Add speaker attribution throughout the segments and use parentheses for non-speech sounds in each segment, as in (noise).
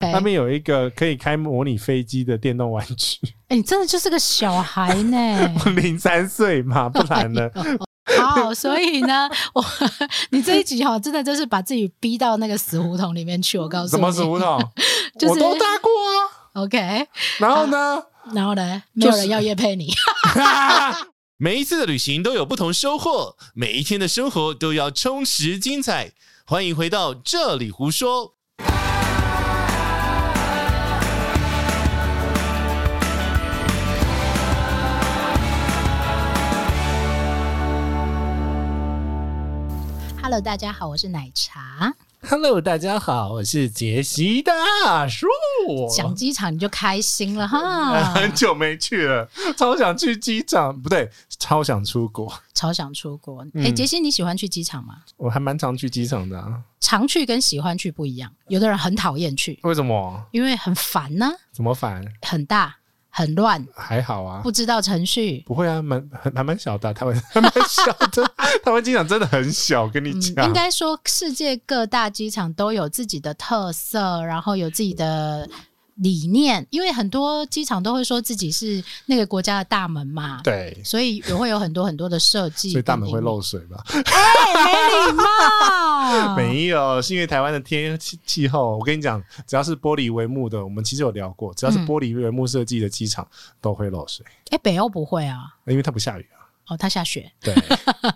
Speaker 1: 哎
Speaker 2: 那边有一个可以开模拟飞机的电动玩具，
Speaker 1: 哎、你真的就是个小孩
Speaker 2: (laughs)
Speaker 1: 呢。哎
Speaker 2: 零三岁嘛，不然呢？
Speaker 1: 好，所以呢，我你这一集哈、真的就是把自己逼到那个死胡同里面去。我告诉
Speaker 2: 什
Speaker 1: 你，
Speaker 2: 么死胡同？
Speaker 1: 哦就是
Speaker 2: 我都搭过啊。
Speaker 1: OK，
Speaker 2: 然后
Speaker 1: (laughs)
Speaker 2: 呢？ (laughs)
Speaker 1: 然后呢，没有人要叶配你。
Speaker 3: 每一次的旅行都有不同收获，每一天的生活都要充实精彩。欢迎回到这里胡说。
Speaker 1: Hello，大家好，我是奶茶。
Speaker 3: Hello，大家好，我是杰西大叔。
Speaker 1: 讲机场你就开心
Speaker 2: (laughs)
Speaker 1: 了哈，
Speaker 2: 哎很久没去了，超想去机场，不对，超想出国。
Speaker 1: 超想出国。哎、
Speaker 2: 嗯
Speaker 1: 杰西，你喜欢去机场吗？
Speaker 2: 我还蛮常去机场的、啊，
Speaker 1: 常去跟喜欢去不一样，有的人很讨厌去，
Speaker 2: 为什么？
Speaker 1: 因为很烦呢、
Speaker 2: 怎么反？
Speaker 1: 很大、很乱，
Speaker 2: 还好啊，
Speaker 1: 不知道程序。
Speaker 2: 不会啊，蛮 (laughs) 很还蛮小的啊、台湾 (laughs) 还蛮小的，台湾机场真的很小，跟你
Speaker 1: 嗯，
Speaker 2: 讲，
Speaker 1: 应该说世界各大机场都有自己的特色，然后有自己的理念，因为很多机场都会说自己是那个国家的大门嘛，
Speaker 2: 对，
Speaker 1: 所以也会有很多很多的设计，
Speaker 2: 所以大门会，漏水吧？
Speaker 1: 没礼
Speaker 2: (laughs)
Speaker 1: 貌，
Speaker 2: 没有，是因为台湾的天气气候，我跟你讲，只要是玻璃帷幕的，我们其实有聊过，只要是
Speaker 1: 嗯
Speaker 2: 玻璃帷幕设计的机场、都会漏水，
Speaker 1: 哎、北欧不会啊，
Speaker 2: 因为它不下
Speaker 1: (laughs)
Speaker 2: 雨啊。
Speaker 1: 哦，它下雪
Speaker 2: 对，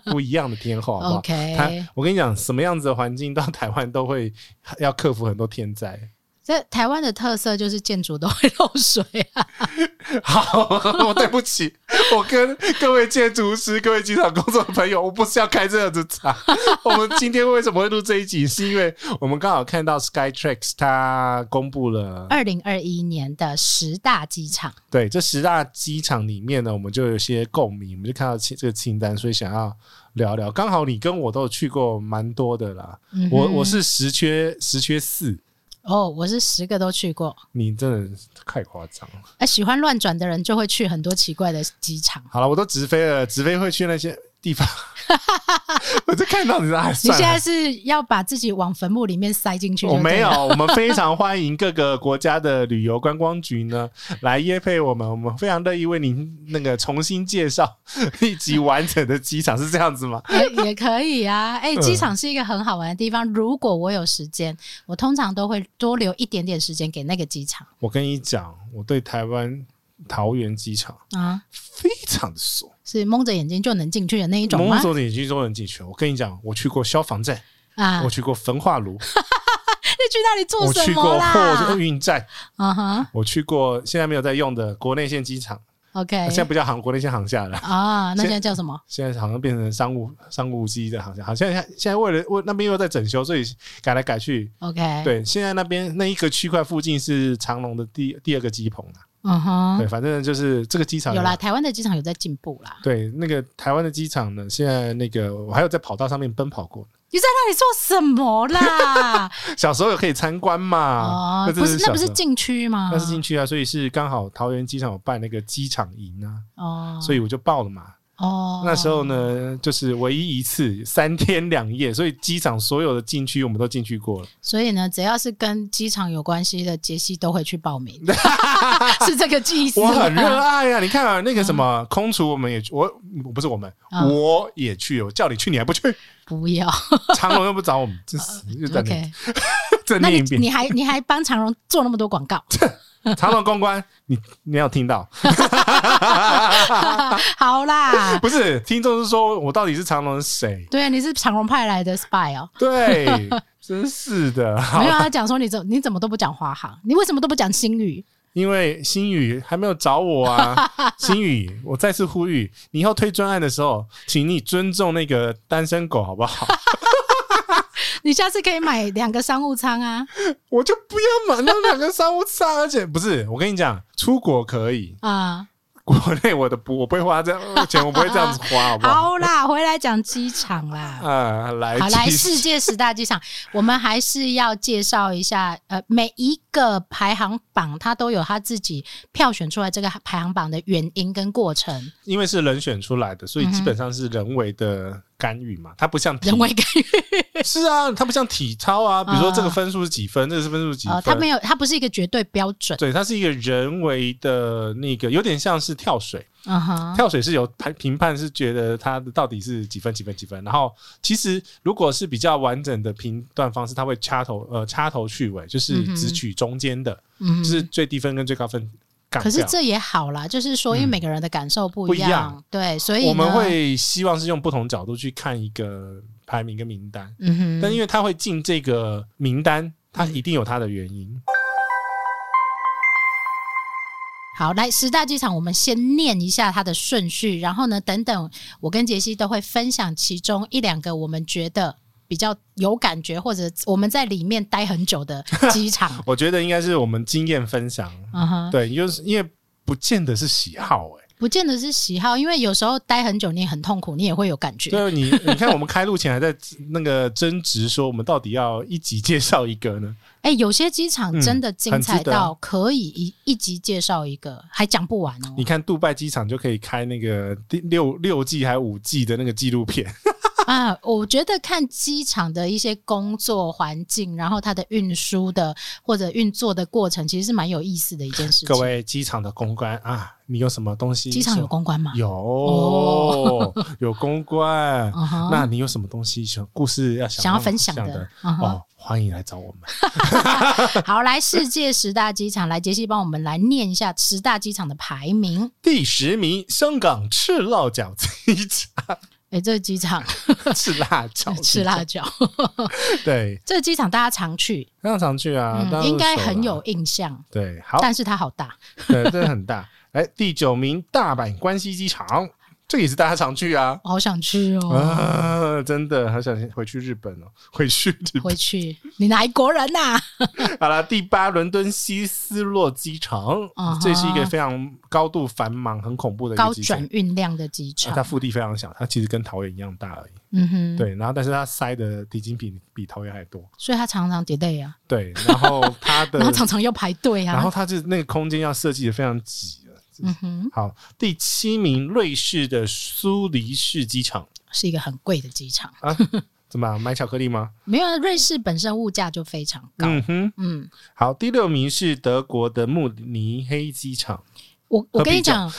Speaker 2: 不一样的天候，好不好
Speaker 1: OK
Speaker 2: 台我跟你讲，什么样子的环境到台湾都会要克服很多天灾。
Speaker 1: 在台湾的特色就是建筑都会漏水啊，
Speaker 2: 好，我对不
Speaker 1: (laughs)
Speaker 2: 起，我跟各位建筑师、各位机场工作的朋友，我不是要开这样子场。 (laughs) 我们今天为什么会录这一集，是因为我们刚好看到 Skytrax 它公布了，
Speaker 1: 二零二一年的十大机场，
Speaker 2: 对这十大机场里面呢，我们就有一些共鸣，我们就看到清这个清单，所以想要聊聊。刚好你跟我都有去过蛮多的啦，
Speaker 1: 嗯哼
Speaker 2: 我我是十缺十缺四。
Speaker 1: 哦，我是十个都去过。
Speaker 2: 你真的是太夸张了。
Speaker 1: 呃，喜欢乱转的人就会去很多奇怪的机场。
Speaker 2: 好了，我都直飞了，直飞会去那些地方。 (laughs) 我就看到你了，哎
Speaker 1: 你
Speaker 2: 算
Speaker 1: 现
Speaker 2: 了
Speaker 1: 在是要把自己往坟墓里面塞进去就
Speaker 2: 我
Speaker 1: 对了？
Speaker 2: 哦没有，我们非常欢迎各个国家的旅游观光局呢 (laughs) 来约配我们，我们非常乐意为您那个重新介绍一集完整的机场，是这样子吗？
Speaker 1: (laughs) 也也可以啊。哎、
Speaker 2: 嗯
Speaker 1: 机场是一个很好玩的地方。如果我有时间，我通常都会多留一点点时间给那个机场
Speaker 2: 我跟你讲，我对台湾桃园机场
Speaker 1: 啊，
Speaker 2: 非常的熟，
Speaker 1: 是蒙着眼睛就能进去的那一种
Speaker 2: 某
Speaker 1: 吗？
Speaker 2: 种眼睛都能进去。我跟你讲，我去过消防站，
Speaker 1: 啊，
Speaker 2: 我
Speaker 1: 你
Speaker 2: 去过焚化炉，
Speaker 1: 去 (laughs) 那里做
Speaker 2: 我
Speaker 1: 什
Speaker 2: 去
Speaker 1: 么
Speaker 2: 过货
Speaker 1: 啦？
Speaker 2: 运站，
Speaker 1: (laughs) 嗯哼
Speaker 2: 我去过现在没有在用的国内线机场，
Speaker 1: ，OK
Speaker 2: 现。在不叫航国内线航厦了，
Speaker 1: 啊，那
Speaker 2: 现
Speaker 1: 现在叫什么？
Speaker 2: 现在好像变成商务商务机的航厦。好像现在现在为了为那边又在整修，所以改来改去。
Speaker 1: OK，，
Speaker 2: 对，现在那边那一个区块附近是长隆的第第二个机棚啊。
Speaker 1: 嗯
Speaker 2: 对，
Speaker 1: 哼，
Speaker 2: 反正就是这个机场
Speaker 1: 有啦，。台湾的机场有在进步啦。
Speaker 2: 对，那个台湾的机场呢，现在那个我还有在跑道上面奔跑过，
Speaker 1: 你在那里做什
Speaker 2: (laughs)
Speaker 1: 么啦？
Speaker 2: 小时候有可以参观嘛。
Speaker 1: 哦，不是，那
Speaker 2: 小
Speaker 1: 不
Speaker 2: 时
Speaker 1: 是
Speaker 2: 候
Speaker 1: 禁区吗？
Speaker 2: 那是进去啊，所以是刚好桃园机场有办那个机场营啊，
Speaker 1: 哦，
Speaker 2: 所以我就报了嘛。
Speaker 1: 哦，
Speaker 2: 那时候呢，就是唯一一次三天两夜，所以机场所有的禁区我们都进去过了。
Speaker 1: 所以呢，只要是跟机场有关系的，杰西都会去
Speaker 2: (laughs)
Speaker 1: 报名， (laughs) 是嗯这个意思
Speaker 2: 我
Speaker 1: 吗。
Speaker 2: 很热爱啊！你看啊，那个什么空厨，我们也去我我不是我们，
Speaker 1: 嗯
Speaker 2: 我也去。我叫你去，你还
Speaker 1: (laughs)
Speaker 2: 不去？
Speaker 1: 不
Speaker 2: (laughs)
Speaker 1: 要
Speaker 2: 长隆又不找我们，真是又在 (laughs) 那
Speaker 1: 啊 OK，
Speaker 2: 再
Speaker 1: 那
Speaker 2: 念
Speaker 1: 你
Speaker 2: 一遍。
Speaker 1: 你还你还帮长荣做那么多广告，
Speaker 2: 长隆公关，你你有听到？
Speaker 1: 好啦，
Speaker 2: 不是听众是说我到底是长隆的谁？
Speaker 1: 对啊，你是长荣派来的 spy 哦，
Speaker 2: 对，
Speaker 1: (laughs)
Speaker 2: 真是的。好
Speaker 1: 没有啊他讲说你怎你怎么都不讲华航，你为什么都不讲新语？
Speaker 2: 因为新宇还没有找我
Speaker 1: (laughs)
Speaker 2: 啊，新宇，我再次呼吁，你以后推专案的时候，请你尊重那个单身狗好不
Speaker 1: (laughs)
Speaker 2: 好？
Speaker 1: 你下次可以买两个商务舱啊
Speaker 2: 我就不要买那两个商务舱，而且不是，我跟你讲，出国可以，
Speaker 1: 啊、
Speaker 2: 国内我的不，我不会花这样钱，我不会这样子花，好不好？
Speaker 1: 好啦，回来讲机场啦。
Speaker 2: 啊，来，
Speaker 1: 好，来
Speaker 2: 继续
Speaker 1: 世界十大机场，我们还是要介绍一下，呃，每一个排行榜它都有它自己票选出来这个排行榜的原因跟过程。
Speaker 2: 因为是人选出来的，所以基本上是人为的干预嘛，它不像体
Speaker 1: 嗯人为干预。
Speaker 2: (laughs) 是啊，它不像体操啊，比如说这个分数是几分，这个是分数是几分，
Speaker 1: 呃，它没有，它不是一个绝对标准。
Speaker 2: 对，它是一个人为的那个，有点像是跳水，
Speaker 1: 嗯哼，
Speaker 2: 跳水是有判评判是觉得它到底是几分几分几分，然后其实如果是比较完整的评断方式，它会插头呃插头去尾，就是
Speaker 1: 嗯哼
Speaker 2: 只取中间的，
Speaker 1: 嗯
Speaker 2: 就是最低分跟最高分杠
Speaker 1: 可是
Speaker 2: 掉
Speaker 1: 这也好啦，就是说，因为每个人的感受不
Speaker 2: 嗯不一样
Speaker 1: 对，所以呢
Speaker 2: 我们，会希望是用不同角度去看一个排名跟名单，
Speaker 1: 嗯哼，
Speaker 2: 但因为它会进这个名单，它一定有它的原因。。
Speaker 1: 嗯好，来十大剧场，我们先念一下它的顺序，然后呢，等等，我跟杰西都会分享其中一两个我们觉得比较有感觉，或者我们在里面待很久的机场
Speaker 2: (laughs) 我觉得应该是我们经验分享，
Speaker 1: 嗯哼，
Speaker 2: 对，就是因为不见得是喜好、欸，
Speaker 1: 不见得是喜好，因为有时候待很久你也很痛苦，你也会有感觉。
Speaker 2: 对你，你看我们开录前还在那个争执，说我们到底要一集介绍一个呢？
Speaker 1: 哎、有些机场真的精
Speaker 2: 嗯
Speaker 1: 彩
Speaker 2: 很值得
Speaker 1: 到可以一一集介绍一个，还讲不完哦
Speaker 2: 你。看杜拜机场就可以开那个第六六季还五季的那个纪录片，
Speaker 1: 啊，我觉得看机场的一些工作环境，然后它的运输的或者运作的过程，其实是蛮有意思的一件事情。
Speaker 2: 各位机场的公关啊，你有什么东西？
Speaker 1: 机场有公关吗？
Speaker 2: 有、
Speaker 1: 哦
Speaker 2: 有公关。
Speaker 1: 嗯哼
Speaker 2: 那你有什么东西想故事要想
Speaker 1: 想要
Speaker 2: 让
Speaker 1: 分享
Speaker 2: 的
Speaker 1: 的嗯哼
Speaker 2: 哦，欢迎来找我们。
Speaker 1: 好，来世界十大机场，来杰西帮我们来念一下十大机场的排名。
Speaker 2: 第十名，香港赤辣饺机场，
Speaker 1: 哎、这个机场
Speaker 2: 赤辣饺
Speaker 1: (laughs)
Speaker 2: 机
Speaker 1: 吃辣
Speaker 2: 场
Speaker 1: 椒，
Speaker 2: 对，
Speaker 1: 这个机场大家常去，
Speaker 2: 非常常去啊，大
Speaker 1: 嗯，
Speaker 2: 家
Speaker 1: 应该
Speaker 2: 都熟
Speaker 1: 很
Speaker 2: 啦
Speaker 1: 有印象，
Speaker 2: 啊对。好，
Speaker 1: 但是它好大。
Speaker 2: 对，这很大。哎，第九名，大阪关西机场，这也是大家常去啊。
Speaker 1: 我好想去哦，
Speaker 2: 啊，真的好想回去日本哦， (laughs) 回去日
Speaker 1: (laughs) 回去你哪一国人啊呐、
Speaker 2: 本。好了，第八，伦敦希斯洛机场
Speaker 1: 啊哈，
Speaker 2: 这是一个非常高度繁忙、很恐怖的一
Speaker 1: 高
Speaker 2: 个机场
Speaker 1: 转。运量的机
Speaker 2: 啊
Speaker 1: 场
Speaker 2: 它，腹地非常小，它其实跟桃园一样大而已。
Speaker 1: 嗯哼，，
Speaker 2: 对，然后但是它塞的底金比比桃园还多。
Speaker 1: 所以它常常 delay 啊，
Speaker 2: 对，然
Speaker 1: (laughs)
Speaker 2: 后它的
Speaker 1: 然，后常常要排队啊，
Speaker 2: 然后它就那个空间要设计的非常挤了。
Speaker 1: 嗯哼，
Speaker 2: 好，第七名，瑞士的苏黎世机场。
Speaker 1: 是一个很贵的机场。
Speaker 2: 啊？怎么、啊、买巧克力吗？
Speaker 1: 没有，啊，瑞士本身物价就非常高。
Speaker 2: 嗯哼，
Speaker 1: 嗯，
Speaker 2: 好，第六名是德国的慕尼黑机场，
Speaker 1: 我我跟
Speaker 2: 喝
Speaker 1: 你
Speaker 2: 啤酒
Speaker 1: 讲，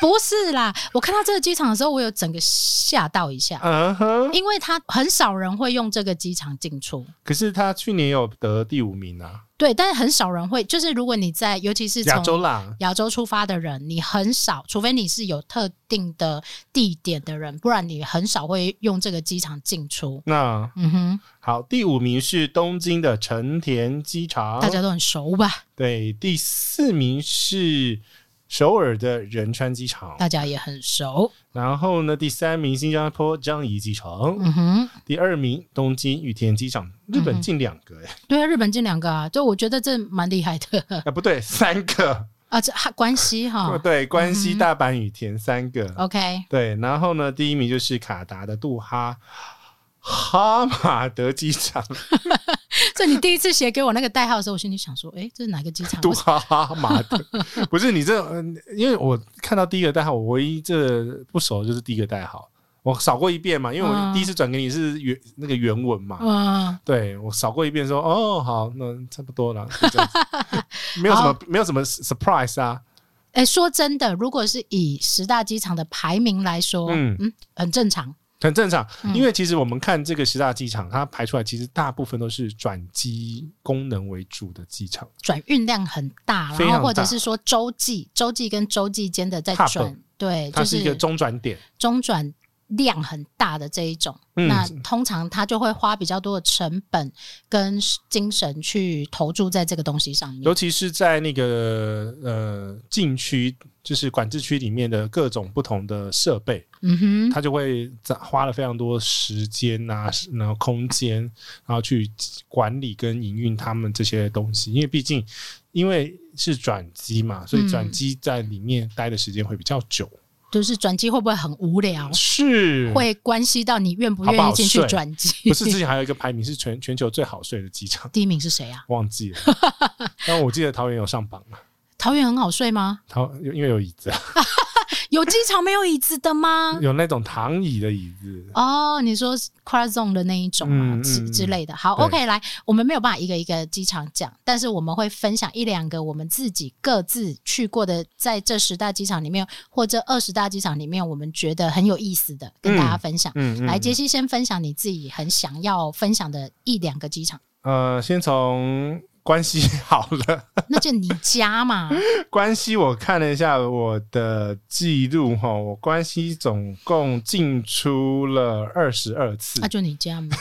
Speaker 1: 不是啦，我看到这个机场的时候，我有整个吓到一下，
Speaker 2: 嗯哼，
Speaker 1: 因为它很少人会用这个机场进出。
Speaker 2: 可是他去年有得第五名啊，
Speaker 1: 对，但是很少人会，就是如果你在，尤其是
Speaker 2: 亚
Speaker 1: 从
Speaker 2: 洲啦，
Speaker 1: 亚洲出发的人，你很少，除非你是有特定的地点的人，不然你很少会用这个机场进出。
Speaker 2: 那
Speaker 1: 嗯哼，
Speaker 2: 好，第五名是东京的成田机场
Speaker 1: 大，家都很熟吧？
Speaker 2: 对，第四名是首尔的仁川机场，
Speaker 1: 大家也很熟。
Speaker 2: 然后呢，第三名新加坡樟宜机场，
Speaker 1: 嗯哼。
Speaker 2: 第二名东京羽田机场，日
Speaker 1: 嗯哼
Speaker 2: 本进两个、欸，
Speaker 1: 对啊，日本进两个啊，就我觉得这蛮厉害的
Speaker 2: 啊不对，三个，。
Speaker 1: 啊，这哈关系哈
Speaker 2: 对，关
Speaker 1: 嗯
Speaker 2: 西、大阪、羽田三个，
Speaker 1: OK，
Speaker 2: 对，然后呢，第一名就是卡达的杜哈哈马德机场，
Speaker 1: 这你第一次写给我那个代号的时候，我心里想说，诶，这是哪个机
Speaker 2: (laughs)
Speaker 1: 场？
Speaker 2: 杜
Speaker 1: 我
Speaker 2: 哈哈马
Speaker 1: (laughs)
Speaker 2: 德，啊不是你这，嗯因为我看到第一个代号，我唯一这不熟就是第一个代号，我扫过一遍嘛，因为
Speaker 1: 嗯
Speaker 2: 我第一次转给你是原那个原文嘛，
Speaker 1: 嗯，
Speaker 2: 对我扫过一遍说，哦，好，那差不多了，就这
Speaker 1: (laughs)
Speaker 2: 样子没有什么没有什么 surprise 啊，
Speaker 1: 诶，说真的，如果是以十大机场的排名来说，嗯
Speaker 2: 嗯
Speaker 1: 很正常。
Speaker 2: 很正常，因为其实我们看这个十大机场，它排出来其实大部分都是转机功能为主的机场。
Speaker 1: 转运量很大，
Speaker 2: 非
Speaker 1: 然
Speaker 2: 常
Speaker 1: 后
Speaker 2: 大
Speaker 1: 或者是说洲际、洲际跟洲际间的在
Speaker 2: Hub
Speaker 1: 转，对，
Speaker 2: 它
Speaker 1: 就是
Speaker 2: 一个中转点，
Speaker 1: 中转量很大的这一种，
Speaker 2: 嗯
Speaker 1: 那通常他就会花比较多的成本跟精神去投注在这个东西上面。
Speaker 2: 尤其是在那个呃禁区，就是管制区里面的各种不同的设备，
Speaker 1: 嗯哼，
Speaker 2: 它就会在花了非常多时间啊，然后空间，然后去管理跟营运他们这些东西。因为毕竟，因为是转机嘛，所以转
Speaker 1: 嗯
Speaker 2: 机在里面待的时间会比较久。
Speaker 1: 就是转机会不会很无聊？
Speaker 2: 是，
Speaker 1: 会关系到你愿不愿
Speaker 2: 好不
Speaker 1: 意
Speaker 2: 好
Speaker 1: 进去
Speaker 2: 睡
Speaker 1: 转机？
Speaker 2: 不
Speaker 1: (laughs)
Speaker 2: 是之前还有一个排名是全全球最好睡的机场，
Speaker 1: 第一名是谁啊？
Speaker 2: 忘
Speaker 1: (laughs)
Speaker 2: 记了，但我记得桃园有上榜了。
Speaker 1: 桃园很好睡吗？
Speaker 2: 桃因为有椅子啊，
Speaker 1: 有机场没有椅子的吗？
Speaker 2: 有那种躺椅的椅子，
Speaker 1: 哦，你说 cross zone 的那一种啊、
Speaker 2: 嗯
Speaker 1: 之
Speaker 2: 嗯
Speaker 1: 之类的。好
Speaker 2: 对
Speaker 1: ，OK，来，我们没有办法一个一个机场讲，但是我们会分享一两个我们自己各自去过的，在这十大机场里面或者二十大机场里面，我们觉得很有意思的，跟大家分享。
Speaker 2: 嗯，嗯
Speaker 1: 来，杰西先分享你自己很想要分享的一两个机场，
Speaker 2: 呃，先从关系好了，
Speaker 1: 那就你家嘛，
Speaker 2: 嗯关系我看了一下我的记录哈，我关系总共进出了二十二次
Speaker 1: 啊那、，就你家嘛。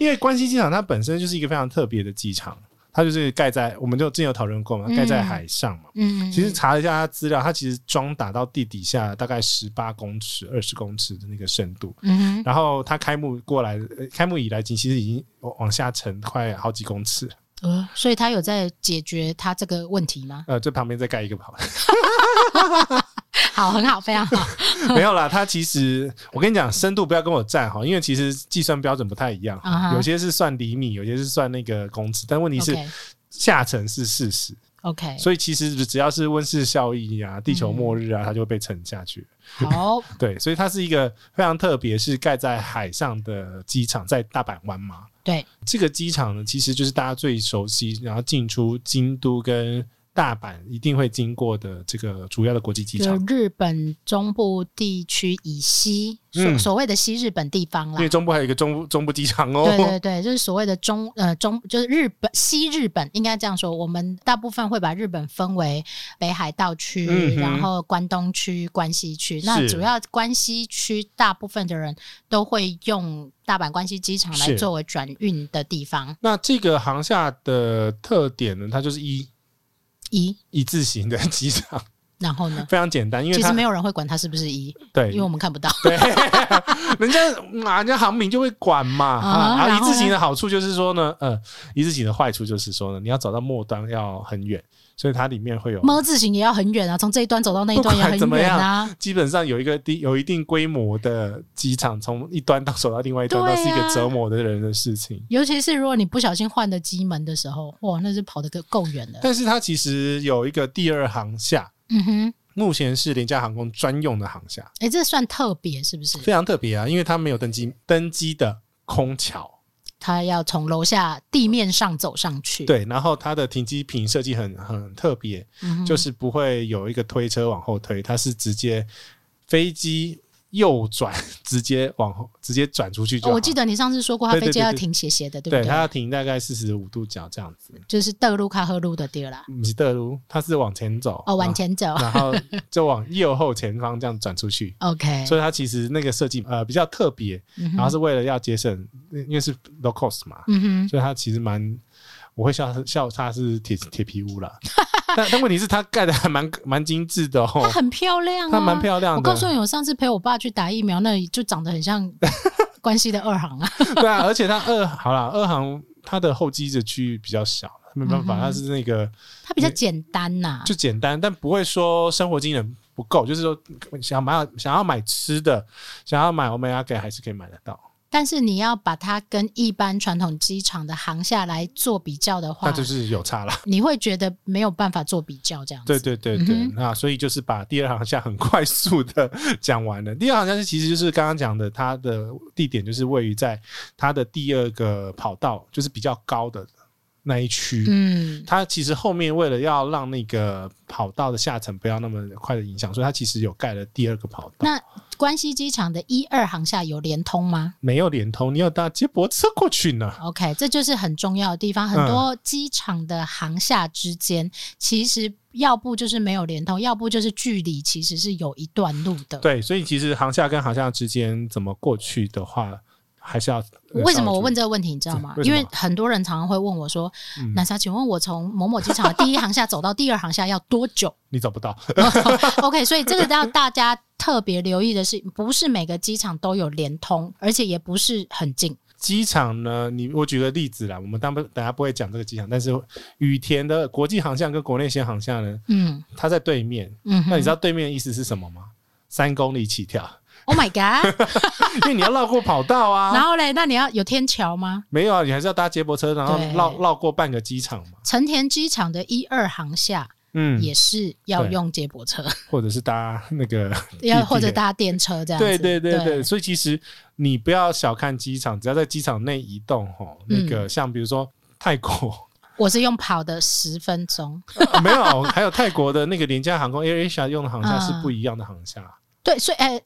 Speaker 2: 因为关西机场它本身就是一个非常特别的机场，它就是盖在我们就之前有讨论过嘛，
Speaker 1: 嗯
Speaker 2: 盖在海上嘛。
Speaker 1: 嗯，
Speaker 2: 其实查了一下它资料，它其实桩打到地底下大概十八公尺、二十公尺的那个深度。
Speaker 1: 嗯哼，
Speaker 2: 然后它开幕过来，呃开幕以来，其实已经往下沉快好几公尺。
Speaker 1: 呃，所以他有在解决他这个问题吗？
Speaker 2: 呃，这旁边再盖一个跑，
Speaker 1: 好，很好，非常
Speaker 2: (laughs)
Speaker 1: 好。 (laughs)
Speaker 2: 没有啦。它其实我跟你讲，深度不要跟我站哈，因为其实计算标准不太一样
Speaker 1: 啊哈
Speaker 2: 有些是算厘米，有些是算那个公尺，但问题是
Speaker 1: OK
Speaker 2: 下沉是事实。
Speaker 1: OK，
Speaker 2: 所以其实只要是温室效应啊、地球末
Speaker 1: 嗯
Speaker 2: 日啊，它就会被沉下去。
Speaker 1: 好，
Speaker 2: 对，所以它是一个非常特别，是盖在海上的机场，在大阪湾嘛。
Speaker 1: 对，
Speaker 2: 这个机场呢，其实就是大家最熟悉，然后进出京都跟大阪一定会经过的这个主要的国际机
Speaker 1: 就
Speaker 2: 场。
Speaker 1: 日本中部地区以西，所、
Speaker 2: 嗯
Speaker 1: 所谓的西日本地方啦
Speaker 2: 因为。中部还有一个中部中部机场哦，
Speaker 1: 对对对，就是所谓的中呃中，就是日本西日本应该这样说。我们大部分会把日本分为北海道区，
Speaker 2: 嗯哼
Speaker 1: 然后关东区、关西区。那
Speaker 2: 是
Speaker 1: 主要关西区，大部分的人都会用大阪关西机场来
Speaker 2: 是
Speaker 1: 作为转运的地方。
Speaker 2: 那这个航厦的特点呢，它就是一
Speaker 1: 一，
Speaker 2: 一字形的机场， (laughs)
Speaker 1: 然后呢？
Speaker 2: 非常简单，因为
Speaker 1: 其
Speaker 2: 它
Speaker 1: 实没有人会管它是不是一，
Speaker 2: 对
Speaker 1: 因为我们看不到。
Speaker 2: 对，人家啊，人家航民就会管嘛。
Speaker 1: 啊
Speaker 2: 啊，
Speaker 1: 然
Speaker 2: 一
Speaker 1: 后
Speaker 2: 字形
Speaker 1: 呢
Speaker 2: 的好处就是说呢，呃，一字形的坏处就是说呢，你要找到末端要很远，所以它里面会有
Speaker 1: 么字形也要很远啊，从这一端走到那一端也
Speaker 2: 不管怎
Speaker 1: 很
Speaker 2: 么
Speaker 1: 远
Speaker 2: 样
Speaker 1: 啊。
Speaker 2: 基本上有一个地有一定规模的机场，从一端到走到另外一端，
Speaker 1: 对
Speaker 2: 都
Speaker 1: 啊
Speaker 2: 是一个折磨的人的事情。
Speaker 1: 尤其是如果你不小心换的机门的时候，哇，那是跑得够够远的。
Speaker 2: 但是它其实有一个第二航厦，
Speaker 1: 嗯哼，
Speaker 2: 目前是廉价航空专用的航厦，
Speaker 1: 哎、这算特别是不是？
Speaker 2: 非常特别啊，因为它没有登机登机的空桥。
Speaker 1: 他要从楼下地面上走上去，，
Speaker 2: 对，然后它的停机坪设计很很特别，
Speaker 1: 嗯哼、
Speaker 2: 就是不会有一个推车往后推，它是直接飞机右转， (laughs) 直接往后直接转出去就好。
Speaker 1: 哦我记得你上次说过，他
Speaker 2: 对对
Speaker 1: 飞机要
Speaker 2: 对对
Speaker 1: 停斜斜的，对不
Speaker 2: 对，它要停大概四十五度角这样子，
Speaker 1: 就是德鲁卡赫路的地儿啦。
Speaker 2: 不是德鲁，它是往前走
Speaker 1: 哦，往，前走、
Speaker 2: 然后然后就往右后前方这样转出
Speaker 1: (laughs)
Speaker 2: 去。
Speaker 1: o k
Speaker 2: (laughs) 所以它其实那个设计呃比较特别，
Speaker 1: 嗯
Speaker 2: 然后
Speaker 1: 哼，
Speaker 2: 是为了要节省，因为是 low cost 嘛，
Speaker 1: 嗯 (laughs) 哼，
Speaker 2: 所以它其实蛮，我会笑笑它是铁铁皮屋啦。 (laughs) 但但问题是它盖的还蛮蛮精致的
Speaker 1: 它
Speaker 2: 哦，
Speaker 1: 很漂亮、啊，
Speaker 2: 它蛮漂亮的。
Speaker 1: 我告诉你，我上次陪我爸去打疫苗，那里就长得
Speaker 2: (laughs)
Speaker 1: 很像关西的二行啊。
Speaker 2: 对啊，而且它二好啦，二行它的后机的区域比较小，没办
Speaker 1: 嗯啊
Speaker 2: 法，
Speaker 1: 哼
Speaker 2: 它是那个
Speaker 1: 它比较简单呐、
Speaker 2: 就简单，但不会说生活机能不够，就是说想买想要买吃的，想要买欧美亚给还是可以买得到，
Speaker 1: 但是你要把它跟一般传统机场的航厦来做比较的话，
Speaker 2: 那就是有差啦。
Speaker 1: 你会觉得没有办法做比较这样
Speaker 2: 对
Speaker 1: 子。
Speaker 2: 对对对，
Speaker 1: 嗯
Speaker 2: 那所以就是把第二航厦很快速的讲完了。第二航厦是其实就是刚刚讲的，它的地点就是位于在它的第二个跑道，就是比较高的那一区。
Speaker 1: 嗯，
Speaker 2: 它其实后面为了要让那个跑道的下层不要那么快的影响，所以它其实有盖了第二个跑道，
Speaker 1: 那关西机场的一二航厦有连通吗
Speaker 2: 没有连通，你有搭接驳车过去呢。
Speaker 1: ？OK，这就是很重要的地方。很多机场的航厦之间，其实要不就是没有连通，要不就是距离其实是有一段路的。
Speaker 2: 对，所以其实航厦跟航厦之间怎么过去的话，还是要、呃
Speaker 1: 为什么
Speaker 2: 稍微
Speaker 1: 我问这个问题，你知道吗？
Speaker 2: 为什
Speaker 1: 因
Speaker 2: 么嗯
Speaker 1: 为很多人常常会问我说：“南莎，请问我从某某机场的第一航厦走到第二航厦要多久？”
Speaker 2: 你找不到？
Speaker 1: (laughs) OK，所以这个要大家特别留意的是，不是每个机场都有连通，而且也不是很近。
Speaker 2: 机场呢？你我举个例子啦，我们当不等下不会讲这个机场，但是羽田的国际航向跟国内线航向呢，
Speaker 1: 嗯
Speaker 2: 它在对面。
Speaker 1: 嗯哼，
Speaker 2: 那你知道对面的意思是什么吗？三公里起跳，
Speaker 1: ？Oh my (laughs) god！
Speaker 2: 因为你要绕过跑道
Speaker 1: 然
Speaker 2: 啊。
Speaker 1: 后嘞，那你要有天桥吗？
Speaker 2: 没有啊，你还是要搭接驳车，然后
Speaker 1: 对
Speaker 2: 绕绕过半个机场嘛。
Speaker 1: 成田机场的一二航厦
Speaker 2: 嗯，
Speaker 1: 也是要
Speaker 2: 对
Speaker 1: 用接驳车， (laughs)
Speaker 2: 或者是搭那个
Speaker 1: 要
Speaker 2: 地
Speaker 1: 或者
Speaker 2: 铁
Speaker 1: 搭电车这样子。
Speaker 2: 对对对对，所以其实你不要小看机场，只要在机场内移动，吼，那个
Speaker 1: 嗯
Speaker 2: 像比如说泰国， (laughs)
Speaker 1: 我是用跑的十分钟。
Speaker 2: 啊没有，还有泰国的那个廉价航空 AirAsia 用的航厦是
Speaker 1: 嗯
Speaker 2: 不一样的航啊厦
Speaker 1: 对，所以呃，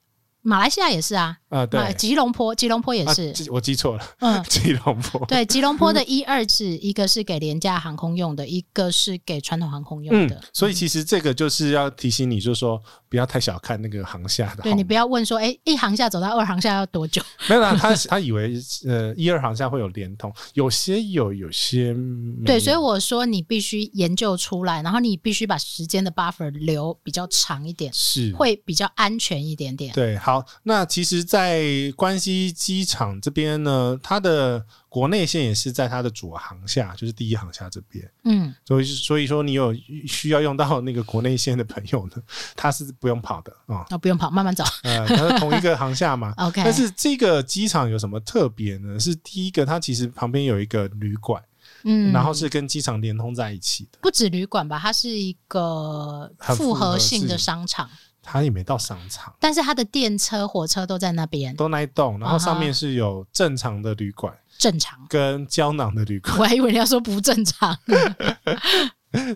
Speaker 1: 马来西亚也是啊，
Speaker 2: 啊，对
Speaker 1: 马，吉隆坡，吉隆坡也
Speaker 2: 啊嗯
Speaker 1: 是，
Speaker 2: 记我记错了，，
Speaker 1: 嗯
Speaker 2: (laughs) 吉隆坡，
Speaker 1: 对，吉隆坡的一二是一个是给廉价航空用的，一个是给传统航空用
Speaker 2: 嗯
Speaker 1: 的。，
Speaker 2: 所以其实这个就是要提醒你，就是说不要太小看那个航厦的，
Speaker 1: 对你不要问说，哎，一航下走到二航下要多久？
Speaker 2: 没有啦，他他以为呃一二航厦会有联通，有些有，有些没有
Speaker 1: 对，所以我说你必须研究出来，然后你必须把时间的 buffer 留比较长一点，
Speaker 2: 是
Speaker 1: 会比较安全一点点。
Speaker 2: 对，好，那其实，在关西机场这边呢，它的国内线也是在它的主航厦，就是第一航厦这边，
Speaker 1: 嗯，
Speaker 2: 所以所以说你有需要用到那个国内线的朋友呢，他是不用跑的啊、
Speaker 1: 哦那、不用跑，慢慢走。。
Speaker 2: 呃，它是同一个航厦嘛
Speaker 1: OK，
Speaker 2: 但是这个机场有什么特别呢？是第一个，它其实旁边有一个旅馆，
Speaker 1: 嗯，
Speaker 2: 然后是跟机场连通在一起的，
Speaker 1: 不止旅馆吧，它是一个
Speaker 2: 很复
Speaker 1: 复
Speaker 2: 合
Speaker 1: 合性的
Speaker 2: 式
Speaker 1: 商场，
Speaker 2: 它也没到商场，
Speaker 1: 但是它的电车、火车都在那边，
Speaker 2: 都那一栋，然后上
Speaker 1: 啊哈
Speaker 2: 面是有正常的旅馆
Speaker 1: 正常。
Speaker 2: 跟胶囊的旅馆。 (laughs)
Speaker 1: 我还以为你要说不正常，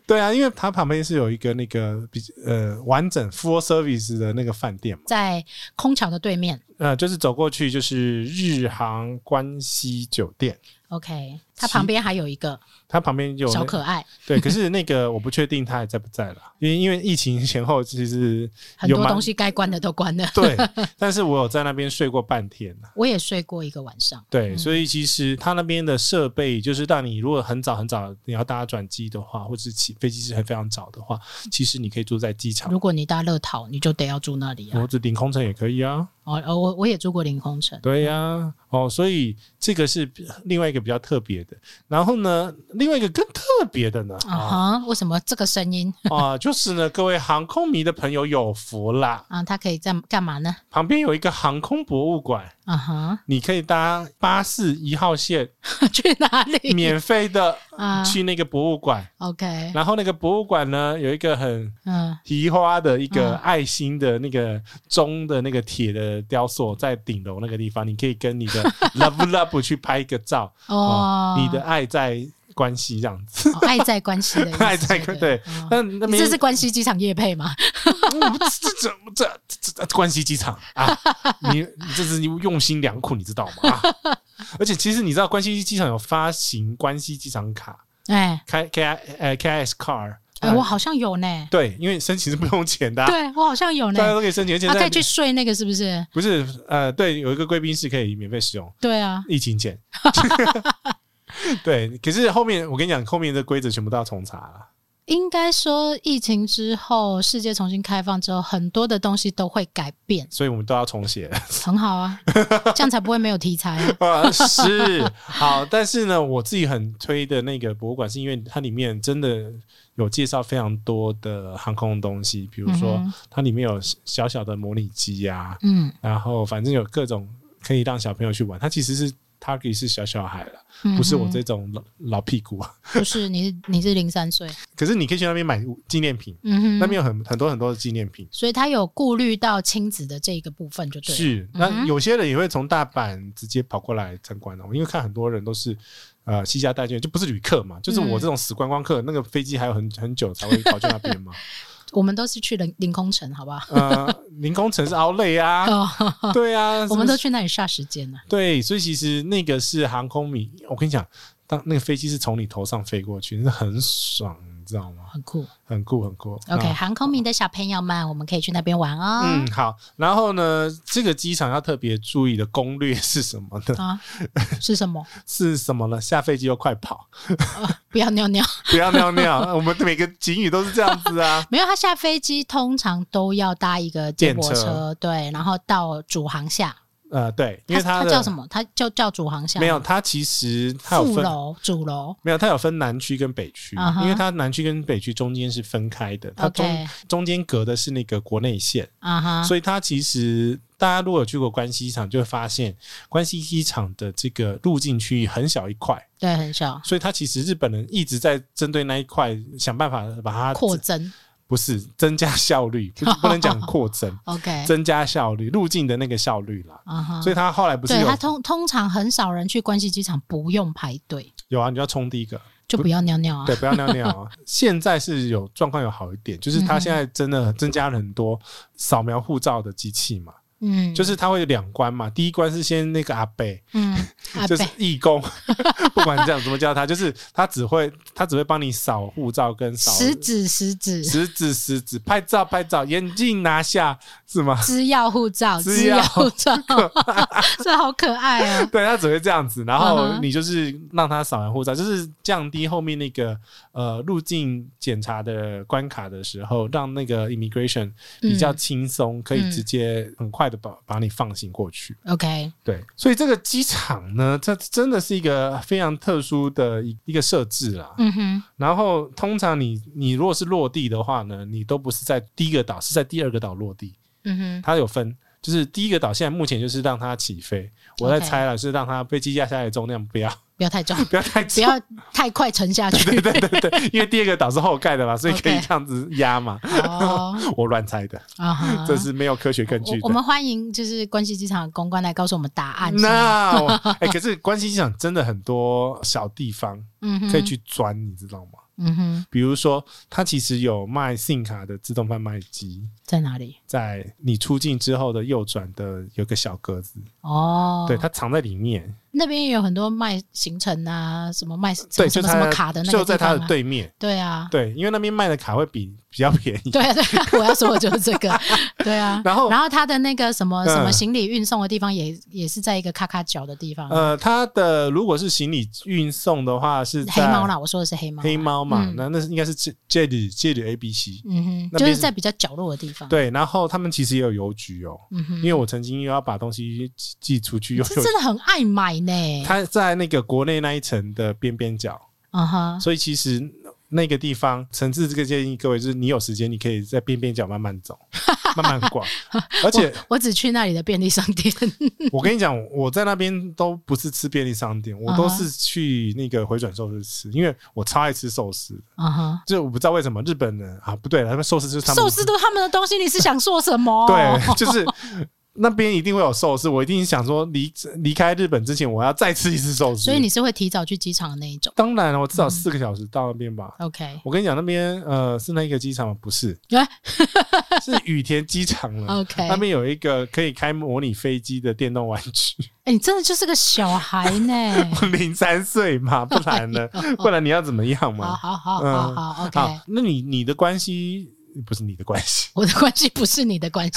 Speaker 2: 对啊，因为它旁边是有一个那个比呃完整 full service 的那个饭店嘛，
Speaker 1: 在空桥的对面。
Speaker 2: 呃，就是走过去就是日航关西酒店，
Speaker 1: OK，它
Speaker 2: 其
Speaker 1: 旁边还有一个
Speaker 2: 它旁边有那
Speaker 1: 小可爱，
Speaker 2: 对，可是那个我不确定它还在不在了，因为因为疫情前后其实
Speaker 1: 很
Speaker 2: 有
Speaker 1: 多
Speaker 2: 蛮
Speaker 1: 东西该关的都关
Speaker 2: (laughs)
Speaker 1: 了。
Speaker 2: 对，但是我有在那边睡过半天啊
Speaker 1: 我也睡过一个晚上。
Speaker 2: 对，
Speaker 1: 嗯
Speaker 2: 所以其实它那边的设备，就是让你如果很早很早你要搭转机的话，或者是起飞机是很非常早的话，其实你可以住在机场
Speaker 1: 如，果你搭乐桃，你就得要住那里啊。
Speaker 2: 或者领空城也可以啊。
Speaker 1: 哦，哦我我也住过凌空城。
Speaker 2: 对呀、哦，所以这个是另外一个比较特别的。然后呢，另外一个更特别的呢，啊
Speaker 1: 啊哈！为什么这个声音
Speaker 2: 啊，就是呢，各位航空迷的朋友有福啦，
Speaker 1: 啊？它可以在干嘛呢？
Speaker 2: 旁边有一个航空博物馆，
Speaker 1: 啊哈， (laughs)
Speaker 2: 你可以搭巴士一号线
Speaker 1: 去哪里？
Speaker 2: 免费的
Speaker 1: 啊
Speaker 2: 嗯去那个博物馆。
Speaker 1: OK，
Speaker 2: 然后那个博物馆呢，有一个很
Speaker 1: 嗯，
Speaker 2: 提花的一个
Speaker 1: 嗯
Speaker 2: 爱心的那个钟的那个铁的雕塑，在顶楼那个地方，你可以跟你
Speaker 1: (laughs)
Speaker 2: 的 love love 去拍一个照。
Speaker 1: 哦，
Speaker 2: 你的爱在关系这样子，
Speaker 1: 哦爱在关系的意
Speaker 2: (laughs)
Speaker 1: 思
Speaker 2: 爱在
Speaker 1: 就
Speaker 2: 对
Speaker 1: 了哦
Speaker 2: 那那
Speaker 1: 你
Speaker 2: 边嗯
Speaker 1: 这是关西机场夜配吗？
Speaker 2: 这这这这这关西机场啊，你你这是用心良苦，你知道吗？啊而且其实你知道关西机场有发行关西机场卡
Speaker 1: 哎，
Speaker 2: K K I 呃 K I S Car，
Speaker 1: 哎，
Speaker 2: 呃
Speaker 1: 我好像有呢，
Speaker 2: 对，因为申请是不用钱的啊、
Speaker 1: 对我好像有呢
Speaker 2: 大，家都可以申请，而且
Speaker 1: 他可
Speaker 2: 在
Speaker 1: 以去睡那个是不是？
Speaker 2: 不是呃对，有一个贵宾室可以免费使用，
Speaker 1: 对啊，
Speaker 2: 疫情
Speaker 1: (laughs)
Speaker 2: 前。对，可是后面我跟你讲，后面的规则全部都要重查了。
Speaker 1: 应该说疫情之后，世界重新开放之后，很多的东西都会改变，
Speaker 2: 所以我们都要重
Speaker 1: (laughs)
Speaker 2: 写。
Speaker 1: 很好啊，这样才不会没有题材啊。
Speaker 2: 啊，是好，但是呢，我自己很推的那个博物馆，是因为它里面真的有介绍非常多的航空的东西，比如说
Speaker 1: 嗯哼
Speaker 2: 它里面有小小的模拟机呀，
Speaker 1: 嗯
Speaker 2: 然后反正有各种可以让小朋友去玩。它其实是 Target 是小小孩了，
Speaker 1: 嗯哼，
Speaker 2: 不是我这种老老屁股。
Speaker 1: 不是你是，你是零三岁，
Speaker 2: 可是你可以去那边买纪念品，
Speaker 1: 嗯哼，
Speaker 2: 那边有很很多很多的纪念品。
Speaker 1: 所以他有顾虑到亲子的这个部分，就对了。
Speaker 2: 是，
Speaker 1: 嗯
Speaker 2: 那
Speaker 1: 哼
Speaker 2: 有些人也会从大阪直接跑过来参观哦，因为看很多人都是呃西家带眷，就不是旅客嘛，就是我
Speaker 1: 嗯
Speaker 2: 这种死观光客，那个飞机还有很很久才会跑去那边
Speaker 1: (laughs)
Speaker 2: 嘛。
Speaker 1: 我们都是去凌凌空城，好不好？
Speaker 2: 呃，凌空城是奥累啊，
Speaker 1: (laughs) 哦，
Speaker 2: 对啊，
Speaker 1: 我
Speaker 2: 是
Speaker 1: 们都
Speaker 2: 不是
Speaker 1: 去那里杀时间了。
Speaker 2: 对，所以其实那个是航空迷，我跟你讲，当那个飞机是从你头上飞过去，那很爽，你知道吗？
Speaker 1: 很酷
Speaker 2: 很酷，很酷。
Speaker 1: ，OK，、
Speaker 2: 啊
Speaker 1: 航空迷的小朋友们，我们可以去那边玩哦。
Speaker 2: 嗯，好。然后呢，这个机场要特别注意的攻略是什么呢？
Speaker 1: 啊，是什么？
Speaker 2: 是什么呢？下飞机又快跑。 (laughs)
Speaker 1: 不要尿尿。
Speaker 2: 不要尿
Speaker 1: (laughs)
Speaker 2: 尿，我们每个警语都是这样子啊。
Speaker 1: 没有，他下飞机通常都要搭一个接驳
Speaker 2: 电车
Speaker 1: 对，然后到主航下。
Speaker 2: 呃，对，因为
Speaker 1: 他
Speaker 2: 的
Speaker 1: 叫什么？他就叫主航下。
Speaker 2: 没有，它其实它有
Speaker 1: 副
Speaker 2: 分
Speaker 1: 楼、主楼。
Speaker 2: 没有，它有分南区跟北区
Speaker 1: 啊哈
Speaker 2: 因为它南区跟北区中间是分开的，它中
Speaker 1: OK，
Speaker 2: 中间隔的是那个国内线
Speaker 1: 啊哈，
Speaker 2: 所以它其实大家如果有去过关西机场，就会发现关西机场的这个入境区域很小一块，
Speaker 1: 对，很小，
Speaker 2: 所以它其实日本人一直在针对那一块想办法把它
Speaker 1: 扩增。
Speaker 2: 不是增加效率，不不能讲扩增，
Speaker 1: OK，
Speaker 2: 增加效率入境的那个效率啦。
Speaker 1: 啊哈
Speaker 2: 所以他后来不是
Speaker 1: 对
Speaker 2: 有
Speaker 1: 他通通常很少人去关西机场不用排队，
Speaker 2: 有啊，你就要冲第一个，
Speaker 1: 就不要尿尿啊
Speaker 2: 对，。不要尿尿啊。现在是有状况有好一点，
Speaker 1: 嗯
Speaker 2: 就是他现在真的增加了很多扫描护照的机器嘛，
Speaker 1: 嗯，
Speaker 2: 就是他会有两关嘛，第一关是先那个阿贝， (laughs)
Speaker 1: 嗯，阿
Speaker 2: 就是
Speaker 1: 贝
Speaker 2: 义工， (laughs) 不管你这样怎么叫他，就是他只会他只会帮你扫护照跟扫
Speaker 1: 食指食指
Speaker 2: 食指食指拍照拍照，眼镜拿下是吗？
Speaker 1: 资药护照，
Speaker 2: 资
Speaker 1: 资
Speaker 2: 药
Speaker 1: 药护照，这好可爱 (laughs) 哦。
Speaker 2: 对他只会这样子，然
Speaker 1: 嗯
Speaker 2: 后
Speaker 1: 哼
Speaker 2: 你就是让他扫完护照，就是降低后面那个呃入境检查的关卡的时候，让那个 immigration 比较轻松，可以直接很快的把把你放行过去。
Speaker 1: OK，
Speaker 2: 对，所以这个机场呢，这真的是一个非常特殊的一一个设置啦。
Speaker 1: 嗯哼，
Speaker 2: 然后通常你你如果是落地的话呢，你都不是在第一个岛，是在第二个岛落地。
Speaker 1: 嗯哼，
Speaker 2: 它有分，就是第一个岛现在目前就是让它起飞，我在
Speaker 1: OK
Speaker 2: 猜了，是让它飞机压下来的重量不要
Speaker 1: 不要太重，
Speaker 2: 不要太
Speaker 1: 不
Speaker 2: 重，
Speaker 1: 要太快沉下去。
Speaker 2: 对对对对，因为第二个岛是后盖的嘛，所以可以
Speaker 1: OK
Speaker 2: 这样子压嘛。
Speaker 1: 哦，
Speaker 2: 我乱猜的，
Speaker 1: 啊哈，
Speaker 2: 这是没有科学根据
Speaker 1: 我我
Speaker 2: (laughs) 的。
Speaker 1: 们欢迎就是关西机场的公关来告诉我们答案。
Speaker 2: 那
Speaker 1: (laughs)
Speaker 2: 我哎、可是关西机场真的很多小地方
Speaker 1: 嗯哼，
Speaker 2: 可以去钻，你知道吗？
Speaker 1: 嗯哼，
Speaker 2: 比如说，它其实有卖信卡的自动贩卖机，
Speaker 1: 在哪里？
Speaker 2: 在你出境之后的右转的有个小格子，
Speaker 1: 哦，
Speaker 2: 对，它藏在里面。
Speaker 1: 那边也有很多卖行程啊，什么卖什
Speaker 2: 对，
Speaker 1: 么
Speaker 2: 就
Speaker 1: 什
Speaker 2: 是
Speaker 1: 么
Speaker 2: 它
Speaker 1: 什么卡的那个
Speaker 2: 就在
Speaker 1: 地
Speaker 2: 它
Speaker 1: 方
Speaker 2: 的
Speaker 1: 啊，
Speaker 2: 对面。
Speaker 1: 对啊，
Speaker 2: 对，因为那边卖的卡会比比较便
Speaker 1: (laughs)
Speaker 2: 宜。
Speaker 1: 对啊，对啊，我要说的就是这
Speaker 2: (laughs)
Speaker 1: 个，对啊。
Speaker 2: 然后
Speaker 1: 然后他的那个什么什么
Speaker 2: 嗯
Speaker 1: 行李运送的地方也也是在一个咔咔角的地方，
Speaker 2: 呃，它的如果是行李运送的话是在
Speaker 1: 黑猫啦，我说的是黑猫，
Speaker 2: 黑猫嘛，
Speaker 1: 嗯
Speaker 2: 那那是应该是 J J 里 J 里 A B C。
Speaker 1: 嗯哼，
Speaker 2: 那
Speaker 1: 就
Speaker 2: 边
Speaker 1: 是在比较角落的地方，，
Speaker 2: 对，然后他们其实也有邮局哦，
Speaker 1: 嗯哼
Speaker 2: 因，为我曾经又要把东西寄寄出去，又
Speaker 1: 这
Speaker 2: 有
Speaker 1: 真的很爱买呢，
Speaker 2: 它在那个国内那一层的边边角，
Speaker 1: 嗯哼，
Speaker 2: 所以其实那个地方，诚挚这个建议各位就是，你有时间你可以在边边角慢慢走，慢
Speaker 1: (laughs)
Speaker 2: 慢逛，而且
Speaker 1: 我我只去那里的便利商
Speaker 2: (laughs)
Speaker 1: 店， (laughs)
Speaker 2: 我跟你讲，我在那边都不是吃便利商店，我都
Speaker 1: 嗯哼
Speaker 2: 是去那个回转寿司吃，因为我超爱吃寿司的。
Speaker 1: 嗯哼，
Speaker 2: 就我不知道为什么日本人啊，不对，他们寿司就是他们
Speaker 1: 寿司哦都是他们的东西，你是想说什么？
Speaker 2: 对， (laughs) 就是那边一定会有寿司。我一定想说离离开日本之前，我要再吃一次寿司。
Speaker 1: 所以你嗯是会提早去机场的那一种
Speaker 2: 当然了，我至少四个小时到那边吧。
Speaker 1: ，OK，
Speaker 2: 我跟你讲，那边呃是那一个机场吗？不
Speaker 1: (laughs)
Speaker 2: 是，
Speaker 1: 哎
Speaker 2: 是羽田机场了。
Speaker 1: ，OK，
Speaker 2: 那边有一个可以开模拟飞机的电动玩具。
Speaker 1: 哎，你真的就是个小孩
Speaker 2: (laughs)
Speaker 1: 呢。
Speaker 2: 零三岁嘛，不然
Speaker 1: (laughs)
Speaker 2: 呢？
Speaker 1: 哎
Speaker 2: 不然你要怎么样
Speaker 1: 好
Speaker 2: 嘛？
Speaker 1: 好好
Speaker 2: 嗯
Speaker 1: 哦好好，OK。
Speaker 2: 好，那你你的关系不是你的关系， (laughs)
Speaker 1: 我的关系不是你的关系，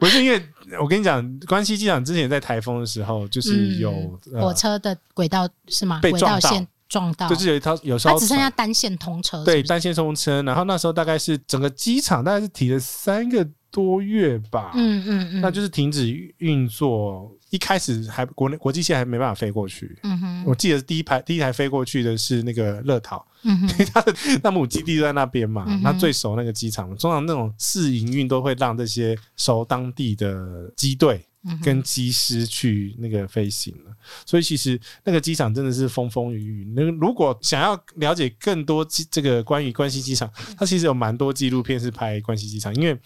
Speaker 2: 不是因为我跟你讲，关西机场之前在台风的时候，就是有、
Speaker 1: 嗯火车的轨道是吗？
Speaker 2: 被
Speaker 1: 轨
Speaker 2: 撞
Speaker 1: 道
Speaker 2: 到
Speaker 1: 线撞到，
Speaker 2: 呃，就是有一条有时
Speaker 1: 它
Speaker 2: 候
Speaker 1: 只剩下单线通车，
Speaker 2: 对
Speaker 1: 是不是，
Speaker 2: 单线通车，然后那时候大概是整个机场大概是停了三个多月吧，
Speaker 1: 嗯嗯嗯，
Speaker 2: 那就是停止运作。一开始还国内国际线还没办法飞过去，
Speaker 1: 嗯哼
Speaker 2: 我记得第一排第一台飞过去的是那个乐桃。
Speaker 1: 嗯
Speaker 2: (laughs)
Speaker 1: 哼，
Speaker 2: 他的那母基地就在那边嘛，
Speaker 1: 嗯哼
Speaker 2: 他最熟那个机场。通常那种试营运都会让这些熟当地的机队
Speaker 1: 嗯哼
Speaker 2: 跟机师去那个飞行了。所以其实那个机场真的是风风雨雨。那个如果想要了解更多机这个关于关西机场，它其实有蛮多纪录片是拍关西机场，因为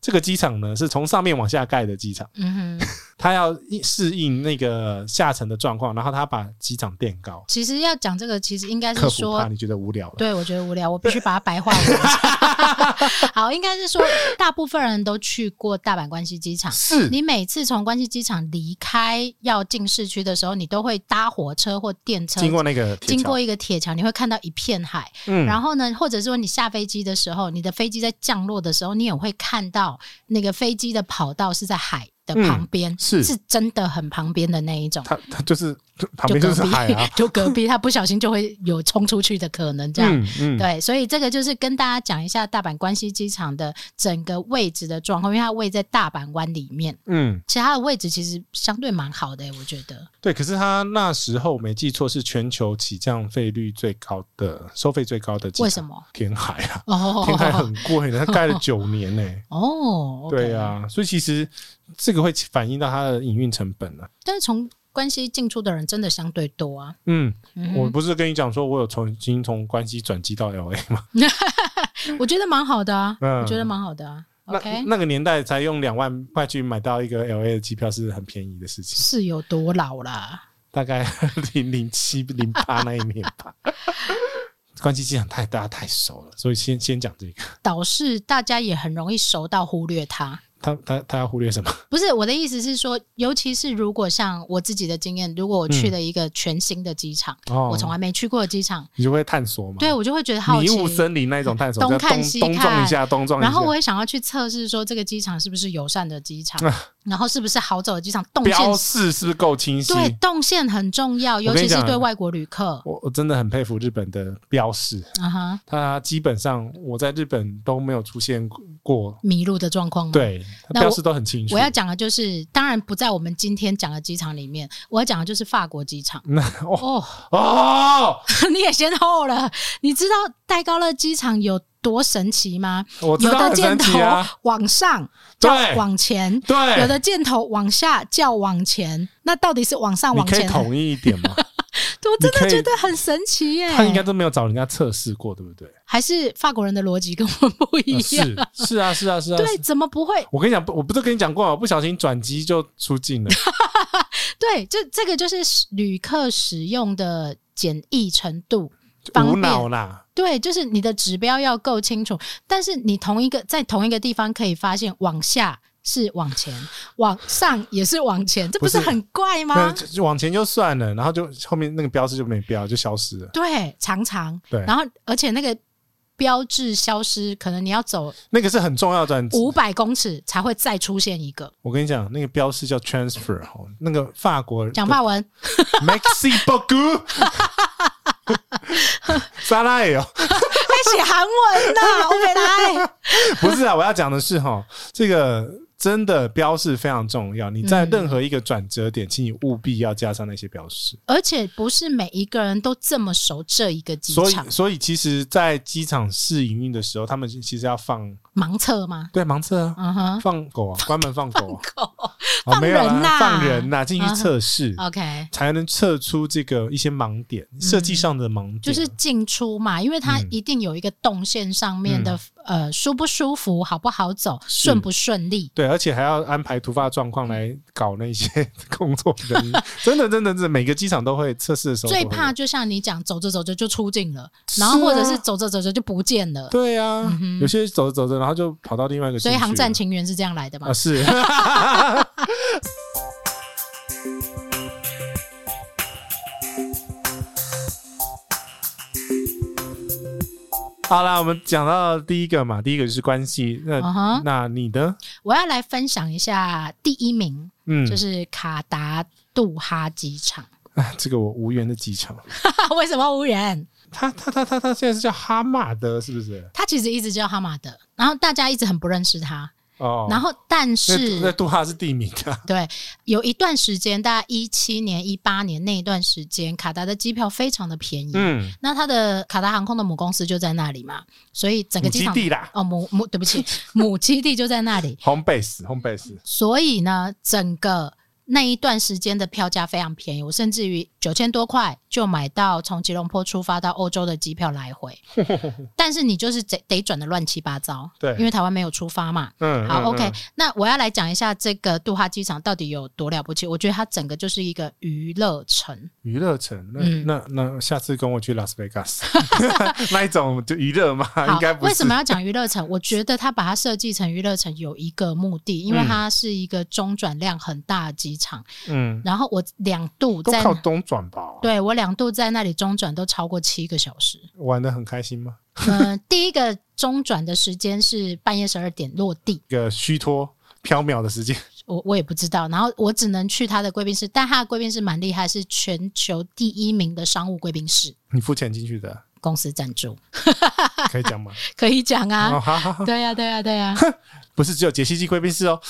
Speaker 2: 这个机场呢是从上面往下盖的机场，
Speaker 1: 嗯哼，
Speaker 2: 它要应适应那个下层的状况，然后它把机场垫高。
Speaker 1: 其实要讲这个，其实应该
Speaker 2: 客
Speaker 1: 是
Speaker 2: 服怕
Speaker 1: 说。
Speaker 2: 你觉得无聊了。
Speaker 1: 对，我觉得无聊，我必须把它白话文一
Speaker 2: (laughs)
Speaker 1: 下。好，应该是说，大部分人都去过大阪关西机场，
Speaker 2: 是
Speaker 1: 你每次从关西机场离开要进市区的时候，你都会搭火车或电车，
Speaker 2: 经过那个铁
Speaker 1: 经
Speaker 2: 桥
Speaker 1: 过一个铁桥，你会看到一片海。
Speaker 2: 嗯
Speaker 1: 然后呢，或者说你下飞机的时候，你的飞机在降落的时候，你也会看到那个飞机的跑道是在海的旁边，
Speaker 2: 嗯是
Speaker 1: 是真的很旁边的那一种。
Speaker 2: 他他就是旁
Speaker 1: 就
Speaker 2: 边就
Speaker 1: 隔
Speaker 2: 是
Speaker 1: 壁
Speaker 2: 海啊，，
Speaker 1: (laughs) 就隔壁，他不小心就会有冲出去的可能，这样。
Speaker 2: 嗯嗯，
Speaker 1: 对，所以这个就是跟大家讲一下大阪关西机场的整个位置的状况，因为它位在大阪湾里面，
Speaker 2: 嗯，
Speaker 1: 其实它的位置其实相对蛮好的、欸我觉得。
Speaker 2: 对。可是他那时候没记错是全球起降费率最高的、收费最高的机场，
Speaker 1: 为什么？
Speaker 2: 填海啊， (laughs)
Speaker 1: 哦，
Speaker 2: 填海很贵的，他盖了九年
Speaker 1: (laughs)
Speaker 2: 呢、
Speaker 1: 哦，
Speaker 2: 对，啊，所以其实这个会反映到它的营运成本啊。
Speaker 1: 但是从关西进出的人真的相对多啊。
Speaker 2: 嗯，
Speaker 1: 嗯哼
Speaker 2: 我不是跟你讲说，我有重新从关西转机到 L A 吗？
Speaker 1: 我觉得蛮好的啊，
Speaker 2: 嗯
Speaker 1: 我觉得蛮好的啊。
Speaker 2: 那
Speaker 1: OK，
Speaker 2: 那个年代才用两万块去买到一个 L A 的机票是很便宜的事情，
Speaker 1: 是有多老啦？
Speaker 2: 大概 (laughs) 零零七零八那一年吧。 (laughs) 关西机场太大太熟了，所以先先讲这个。
Speaker 1: 导致大家也很容易熟到忽略它。
Speaker 2: 他他他要忽略什么？
Speaker 1: 不是我的意思是说，尤其是如果像我自己的经验，如果我去了一个全新的机场，
Speaker 2: 哦
Speaker 1: 我从来没去过的机场，
Speaker 2: 你就会探索嘛？
Speaker 1: 对我就会觉得好
Speaker 2: 迷
Speaker 1: 奇。
Speaker 2: 雾森林那一种探索，
Speaker 1: 东
Speaker 2: 叫
Speaker 1: 看
Speaker 2: 东
Speaker 1: 西
Speaker 2: 东撞一下，东撞一下。
Speaker 1: 然后我会想要去测试说这个机场是不是友善的机场，然后是不是好走的机场，
Speaker 2: 啊
Speaker 1: 动
Speaker 2: 标
Speaker 1: 线
Speaker 2: 示是不是够清晰？
Speaker 1: 对动线很重要，尤
Speaker 2: 我跟
Speaker 1: 其
Speaker 2: 你
Speaker 1: 是
Speaker 2: 讲
Speaker 1: 对外国旅客。
Speaker 2: 我我真的很佩服日本的标示，
Speaker 1: 啊哈，
Speaker 2: 它基本上我在日本都没有出现过，
Speaker 1: 迷路的状况吗？
Speaker 2: 对，它
Speaker 1: 嗯那
Speaker 2: 标
Speaker 1: 我
Speaker 2: 示都很清楚。
Speaker 1: 我要讲的就是，当然不在我们今天讲的机场里面，我要讲的就是法国机场。
Speaker 2: 那哦
Speaker 1: 哦，
Speaker 2: 哦，
Speaker 1: (laughs) 你也先后了。你知道戴高乐机场有多神奇吗？
Speaker 2: 我知
Speaker 1: 有
Speaker 2: 道
Speaker 1: 的
Speaker 2: 很神
Speaker 1: 箭头
Speaker 2: 奇啊，
Speaker 1: 往上叫
Speaker 2: 对
Speaker 1: 往前，
Speaker 2: 对，
Speaker 1: 有的箭头往下叫往前。那到底是往上
Speaker 2: 你
Speaker 1: 往
Speaker 2: 可以
Speaker 1: 前？
Speaker 2: 统一一点嘛，
Speaker 1: (laughs) 我真
Speaker 2: 你可
Speaker 1: 的
Speaker 2: 以
Speaker 1: 觉得很神奇耶！
Speaker 2: 他应该都没有找人家测试过，对不对？
Speaker 1: 还是法国人的逻辑跟我们不 (laughs) 一
Speaker 2: 呃
Speaker 1: 样。
Speaker 2: 是是啊是啊是啊，
Speaker 1: 对，
Speaker 2: 是
Speaker 1: 怎么不会？
Speaker 2: 我跟你讲，不我不是跟你讲过吗？我哦不小心转机就出境了，
Speaker 1: 对，这这个就是旅客使用的简易程度。 (laughs) 方
Speaker 2: 无
Speaker 1: 便
Speaker 2: 脑啦，
Speaker 1: 对，就是你的指标要够清楚，但是你同一个在同一个地方可以发现往下是往前，往上也是往前，这不是
Speaker 2: 不是
Speaker 1: 很怪
Speaker 2: 那
Speaker 1: 吗？
Speaker 2: 就就往前就算了，然后就后面那个标志就没标，就消失了。
Speaker 1: 对，常常，
Speaker 2: 对，
Speaker 1: 然后而且那个标志消失，可能你要走
Speaker 2: 那个是很重要的转机。
Speaker 1: 五百公尺才会再出现一个。
Speaker 2: 我跟你讲，那个标示叫 transfer 哦，那个法国 (laughs)
Speaker 1: 讲法文，
Speaker 2: Maxi
Speaker 1: (laughs)
Speaker 2: Bogu，沙拉哦也有，
Speaker 1: 在写韩文呐、我给他爱。
Speaker 2: 不是啊，我要讲的是哈，这个真的标示非常重要。你在
Speaker 1: 嗯
Speaker 2: 任何一个转折点，请你务必要加上那些标示。
Speaker 1: 而且不是每一个人都这么熟这一个机
Speaker 2: 所以
Speaker 1: 场，
Speaker 2: 所以其实，在机场试营运的时候，他们其实要放
Speaker 1: 盲测吗？
Speaker 2: 对盲测啊，(laughs)
Speaker 1: 嗯哼，
Speaker 2: 放狗啊，关门放狗啊，
Speaker 1: 放
Speaker 2: 啊没有
Speaker 1: 人
Speaker 2: 啦
Speaker 1: 呐嗯哦
Speaker 2: 放人呐，进去测试。
Speaker 1: OK，
Speaker 2: 才能测出这个一些盲点，设计上的盲点，
Speaker 1: 嗯就是进出嘛，因为它
Speaker 2: 嗯
Speaker 1: 一定有一个动线上面的、呃舒不舒服、好不好走、
Speaker 2: 是
Speaker 1: 顺不顺利。
Speaker 2: 对，而且还要安排突发状
Speaker 1: 嗯
Speaker 2: 况来搞那些 (laughs) 工作人员，真的，真的，真的，每个机场都会测试的时候都会
Speaker 1: 最
Speaker 2: 有，
Speaker 1: 怕就像你讲，走着走着就出境了，然
Speaker 2: 是
Speaker 1: 后或者
Speaker 2: 啊
Speaker 1: 是走着走着就不见了。
Speaker 2: 对啊，
Speaker 1: 嗯哼
Speaker 2: 有些走着走着，然后就跑到另外一个地
Speaker 1: 所
Speaker 2: 区
Speaker 1: 以
Speaker 2: 了，
Speaker 1: 航站情缘是这样来的嘛
Speaker 2: 啊？是。 (laughs) 好啦，我们讲到第一个嘛，第一个就是关系。那、
Speaker 1: 嗯哼
Speaker 2: 那你的，
Speaker 1: 我要来分享一下第一名，
Speaker 2: 嗯，
Speaker 1: 就是卡达杜哈机场。 (laughs)
Speaker 2: 啊， (laughs) 这个我无缘的机场。
Speaker 1: 为什么无人？
Speaker 2: 他他他他他现在是叫哈马德，是不是？
Speaker 1: 他其实一直叫哈马德，然后大家一直很不认识他。
Speaker 2: 哦，
Speaker 1: 然后，但
Speaker 2: 那那
Speaker 1: 是
Speaker 2: 杜哈是地名啊，
Speaker 1: 对，有一段时间，大概一七年、一八年那一段时间，卡达的机票非常的便宜。
Speaker 2: 嗯，
Speaker 1: 那它的卡达航空的母公司就在那里嘛，所以整个
Speaker 2: 嗯母
Speaker 1: 机
Speaker 2: 基
Speaker 1: 场
Speaker 2: 地啦，
Speaker 1: 哦母母对不起母基地就在那里，
Speaker 2: 红 base 红 base，
Speaker 1: 所以呢，整个那一段时间的票价非常便宜，我甚至于九千多块就买到从吉隆坡出发到欧洲的机票
Speaker 2: (laughs)
Speaker 1: 来回，但是你就是得得转的乱七八糟，
Speaker 2: 对
Speaker 1: 因为台湾没有出发嘛。
Speaker 2: 嗯，
Speaker 1: 好
Speaker 2: 嗯
Speaker 1: ，OK，
Speaker 2: 嗯
Speaker 1: 那我要来讲一下这个杜哈机场到底有多了不起。我觉得它整个就是一个娱乐城，
Speaker 2: 娱乐城，那
Speaker 1: 嗯
Speaker 2: 那那下次跟我去拉斯维加
Speaker 1: (laughs)
Speaker 2: 斯， (laughs) 那一种就娱乐嘛，
Speaker 1: 好
Speaker 2: 啊应该，不
Speaker 1: 为
Speaker 2: 是
Speaker 1: 什么。要讲娱乐城？我 (laughs) 觉得他把它设计成娱乐城有一个目的，因为
Speaker 2: 嗯
Speaker 1: 它是一个中转量很大的机场。
Speaker 2: 嗯，
Speaker 1: 然后我两度
Speaker 2: 都
Speaker 1: 在
Speaker 2: 靠东转吧，
Speaker 1: 对我两度在那里中转都超过七个小
Speaker 2: (laughs)
Speaker 1: 时。呃
Speaker 2: 玩的很开心吗？
Speaker 1: 嗯、第一个中转的时间是半夜十二点落地，
Speaker 2: 一个虚脱，缥缈的时间， (laughs)
Speaker 1: 我我也不知道。然后我只能去他的贵宾室，但他的贵宾室蛮厉害，是全球第一名的商务贵宾室，
Speaker 2: 你付钱进去
Speaker 1: (laughs)
Speaker 2: 的，
Speaker 1: 公司赞助，
Speaker 2: 可以讲吗？
Speaker 1: 可以讲
Speaker 2: 哦，
Speaker 1: 啊。
Speaker 2: 好好好，
Speaker 1: 对呀、对呀、对啊呀、
Speaker 2: 不是只有杰西机贵宾室哦，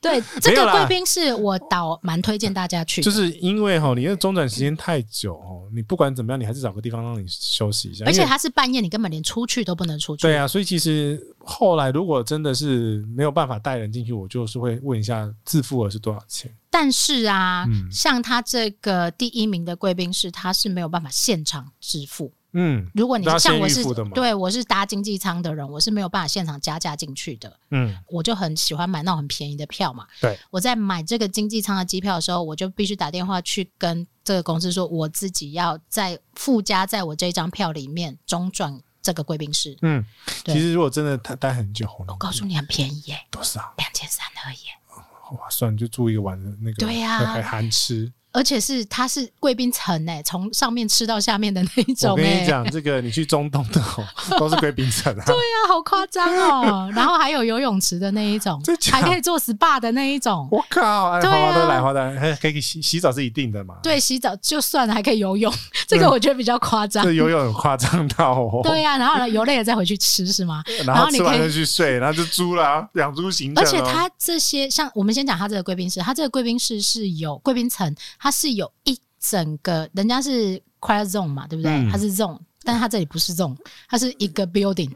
Speaker 1: 对这
Speaker 2: 没有
Speaker 1: 个
Speaker 2: 啦
Speaker 1: 贵宾室我倒蛮推荐大家去的，
Speaker 2: 就是因为哈，你那中转时间太久哦，你不管怎么样，你还是找个地方让你休息一下，
Speaker 1: 而且
Speaker 2: 因为
Speaker 1: 它是半夜，你根本连出去都不能出去。
Speaker 2: 对啊，所以其实后来如果真的是没有办法带人进去，我就是会问一下自付额是多少钱。
Speaker 1: 但是啊，
Speaker 2: 嗯
Speaker 1: 像他这个第一名的贵宾室，他是没有办法现场支付。
Speaker 2: 嗯
Speaker 1: 如果你是
Speaker 2: 那
Speaker 1: 像
Speaker 2: 先
Speaker 1: 我
Speaker 2: 预
Speaker 1: 是
Speaker 2: 付的嘛
Speaker 1: 对我是搭经济舱的人，我是没有办法现场加价进去的。
Speaker 2: 嗯，
Speaker 1: 我就很喜欢买那种很便宜的票嘛。
Speaker 2: 对，
Speaker 1: 我在买这个经济舱的机票的时候，我就必须打电话去跟这个公司说，我自己要在附加在我这张票里面中转这个贵宾室。
Speaker 2: 嗯，
Speaker 1: 对
Speaker 2: 其实如果真的待待很久，我
Speaker 1: 我告诉你，很便宜耶、
Speaker 2: 多少
Speaker 1: 两千三而已耶、
Speaker 2: 好划算，就住一个晚的那个，
Speaker 1: 对啊
Speaker 2: 还还含吃。
Speaker 1: 而且是它是贵宾层哎，从上面吃到下面的那一种
Speaker 2: 我跟
Speaker 1: 哎、
Speaker 2: 你讲，这个你去中东的哦，都是贵宾城啊。
Speaker 1: (laughs) 对啊，好夸张哦！然后还有游泳池的那一种
Speaker 2: 真，假
Speaker 1: 还可以做 SPA 的那一种，
Speaker 2: 我靠，哎，
Speaker 1: 对啊
Speaker 2: 花都来花都来，还可以洗洗澡是一定的嘛？，
Speaker 1: 对，洗澡就算了，还可以游泳，这个我觉得比较夸张
Speaker 2: 这。游泳有夸张到哦。
Speaker 1: 啊对啊呀、然后呢游累了再回去吃是吗？
Speaker 2: 然
Speaker 1: 然
Speaker 2: 后
Speaker 1: 后你
Speaker 2: 吃完
Speaker 1: 可以
Speaker 2: 就去睡，然后就猪啦，养猪行程
Speaker 1: 而
Speaker 2: 哦。
Speaker 1: 且它这些像我们先讲它这个贵宾室，它这个贵宾室是有贵宾层，它是有一整个，人家是 quiet zone 嘛，对不对？
Speaker 2: 嗯
Speaker 1: 它是 zone，但它这里不是 zone，它是一个 building，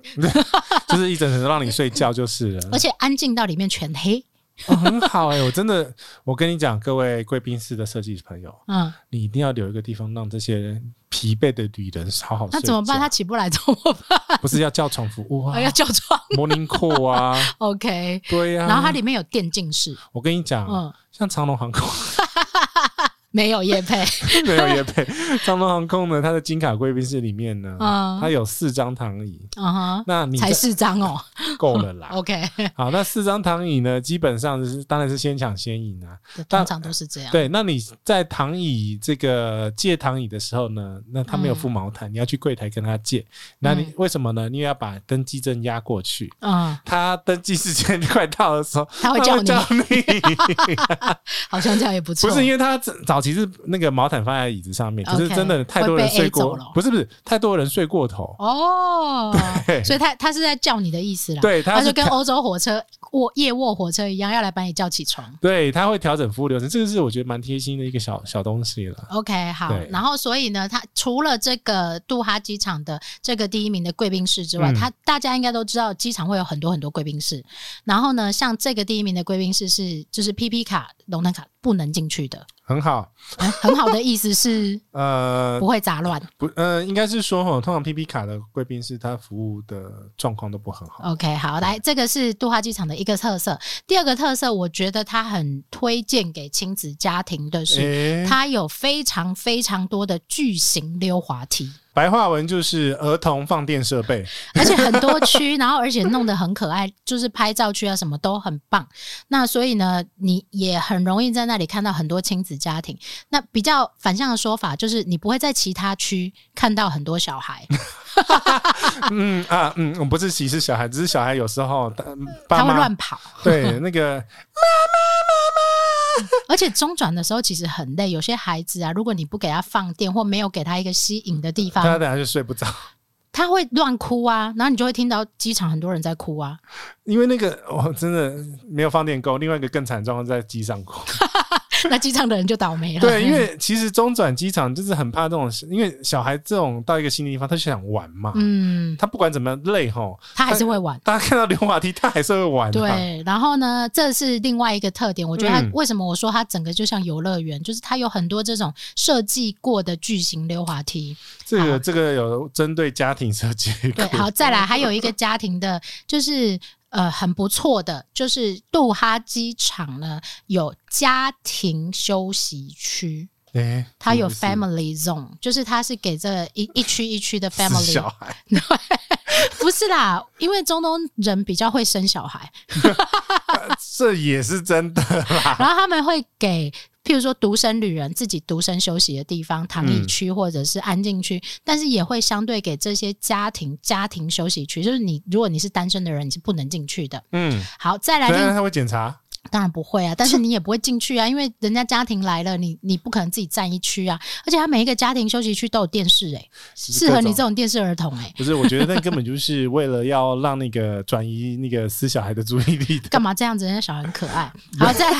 Speaker 2: 就是一整层让你睡觉就是了
Speaker 1: 而。且安静到里面全黑。
Speaker 2: 哦、很好哎、我真的，我跟你讲，各位贵宾室的设计朋友，
Speaker 1: 嗯，
Speaker 2: 你一定要留一个地方让这些疲惫的旅人好好睡觉。
Speaker 1: 那怎么办？他起不来怎么办？ (laughs)
Speaker 2: 不是要叫床服务啊
Speaker 1: 我要叫床。
Speaker 2: 摩宁裤
Speaker 1: (laughs)
Speaker 2: 啊，
Speaker 1: OK，
Speaker 2: 对啊呀、
Speaker 1: 然后它里面有电竞室，
Speaker 2: 我跟你讲，
Speaker 1: 嗯，
Speaker 2: 像长龙航空 (laughs)
Speaker 1: 没有夜配，
Speaker 2: 没有也配，长龙航空呢，它的金卡贵宾室里面呢，
Speaker 1: 嗯
Speaker 2: 它有四张躺椅，
Speaker 1: 嗯哼，
Speaker 2: 那你
Speaker 1: 才
Speaker 2: 在
Speaker 1: 四张哎哦。
Speaker 2: 够了啦。 (laughs)
Speaker 1: OK，
Speaker 2: 好，那四张躺椅呢，基本上是当然是先抢先赢啊。
Speaker 1: 通常都是这样。
Speaker 2: 对，那你在躺椅这个借躺椅的时候呢，那他没有付毛毯，你要去柜台跟他借。那你、
Speaker 1: 嗯
Speaker 2: 为什么呢？你也要把登记证压过去。
Speaker 1: 嗯，
Speaker 2: 他登记时间快到的时候，
Speaker 1: 他会叫你
Speaker 2: 你
Speaker 1: 好像这样也不错。
Speaker 2: 不是因为他早早期是那个毛毯放在椅子上面，可是
Speaker 1: OK，
Speaker 2: 真的太多人
Speaker 1: 会被 A
Speaker 2: 睡过
Speaker 1: 走了，
Speaker 2: 不是不是太多人睡过头。 (laughs)
Speaker 1: 哦，
Speaker 2: 对
Speaker 1: 所以他他是在叫你的意思啦。，
Speaker 2: 对，他
Speaker 1: 他
Speaker 2: 是
Speaker 1: 就跟
Speaker 2: 调
Speaker 1: 欧洲火车卧夜卧火车一样，要来把你叫起床。
Speaker 2: 对他会调整服务流程，这个是我觉得蛮贴心的一个小小东西了。
Speaker 1: OK，好
Speaker 2: 对。
Speaker 1: 然后，所以呢，它除了这个杜哈机场的这个第一名的贵宾室之外，
Speaker 2: 嗯
Speaker 1: 它大家应该都知道，机场会有很多很多贵宾室。然后呢，像这个第一名的贵宾室是就是 PP 卡、龙腾卡不能进去的。
Speaker 2: 很好，
Speaker 1: 哎很好的意
Speaker 2: (laughs)
Speaker 1: 思是
Speaker 2: 呃
Speaker 1: 不，会杂乱。
Speaker 2: 不，呃，应该是说哈，通常 PP 卡的贵宾室，它服务的状况都不很好。
Speaker 1: OK，好，来，这个是杜哈机场的一个特色。第二个特色，我觉得它很推荐给亲子家庭的是，
Speaker 2: 诶
Speaker 1: 它有非常非常多的巨型溜滑梯，
Speaker 2: 白话文就是儿童放电设
Speaker 1: (laughs)
Speaker 2: 备，
Speaker 1: 而且很多
Speaker 2: (laughs)
Speaker 1: 区，然后而且弄得很可爱，就是拍照区啊什么都很棒。那所以呢，你也很容易在那里看到很多亲子家庭。那比较反向的说法就是，你不会在其他区看到很多小孩，
Speaker 2: 嗯啊嗯，我不是歧视小孩，只是小孩有时候他
Speaker 1: 他
Speaker 2: 爸
Speaker 1: 会
Speaker 2: 妈
Speaker 1: 乱跑。
Speaker 2: 对那
Speaker 1: (laughs)
Speaker 2: 个
Speaker 1: 而且中转的时候其实很累，有些孩子啊，如果你不给他放电或没有给他一个吸引的地
Speaker 2: 他
Speaker 1: 方，
Speaker 2: 等下就睡不着，
Speaker 1: 他会乱哭啊，然后你就会听到机场很多人在
Speaker 2: (laughs)
Speaker 1: 哭啊。
Speaker 2: 因为那个我、真的没有放电够。另外一个更惨的状况在机上
Speaker 1: (laughs)
Speaker 2: 哭，
Speaker 1: 那机场的人就倒霉了。
Speaker 2: 对，因为其实中转机场就是很怕这种，因为小孩这种到一个新的地方，他就想玩嘛，
Speaker 1: 嗯，
Speaker 2: 他不管怎么样累吼， (laughs)
Speaker 1: 他还是会玩。
Speaker 2: 大家看到溜滑梯，他还是会玩、啊，
Speaker 1: 对，然后呢，这是另外一个特点。我觉得它
Speaker 2: 嗯
Speaker 1: 为什么我说它整个就像游乐园，就是它有很多这种设计过的巨型溜滑梯。
Speaker 2: 这
Speaker 1: 好
Speaker 2: 个这个有针对家庭设计过，
Speaker 1: 对，
Speaker 2: (laughs)
Speaker 1: 好，再来还有一个家庭的，就是呃很不错的，就是杜哈机场呢有家庭休息区，
Speaker 2: 诶
Speaker 1: 它有
Speaker 2: 哎嗯是不是
Speaker 1: family zone，就是它是给这一一区一区的
Speaker 2: 是
Speaker 1: family
Speaker 2: 小孩，
Speaker 1: 不是啦，因为中东人比较会生小孩，
Speaker 2: (laughs) 这也是真
Speaker 1: (laughs)
Speaker 2: 的啦。
Speaker 1: 然后他们会给，譬如说独生旅人自己独身休息的地方，躺椅区或者是安静区，但是也会相对给这些家庭家庭休息区，就是你如果你是单身的人，你是不能进去的。
Speaker 2: 嗯，
Speaker 1: 好，再来
Speaker 2: 当然
Speaker 1: 另
Speaker 2: 他会检查。
Speaker 1: 当然不会啊，啊但是你也不会进去啊，因为人家家庭来了，你你不可能自己占一区啊，而且他每一个家庭休息区都有电视、欸，适合你这种电视儿童、欸，
Speaker 2: 不是，我觉得那根本就是为了要让那个转移那个死小孩的注意力
Speaker 1: (laughs)
Speaker 2: 的。
Speaker 1: 干嘛这样子？人家小孩很可 (laughs) 爱。好，再来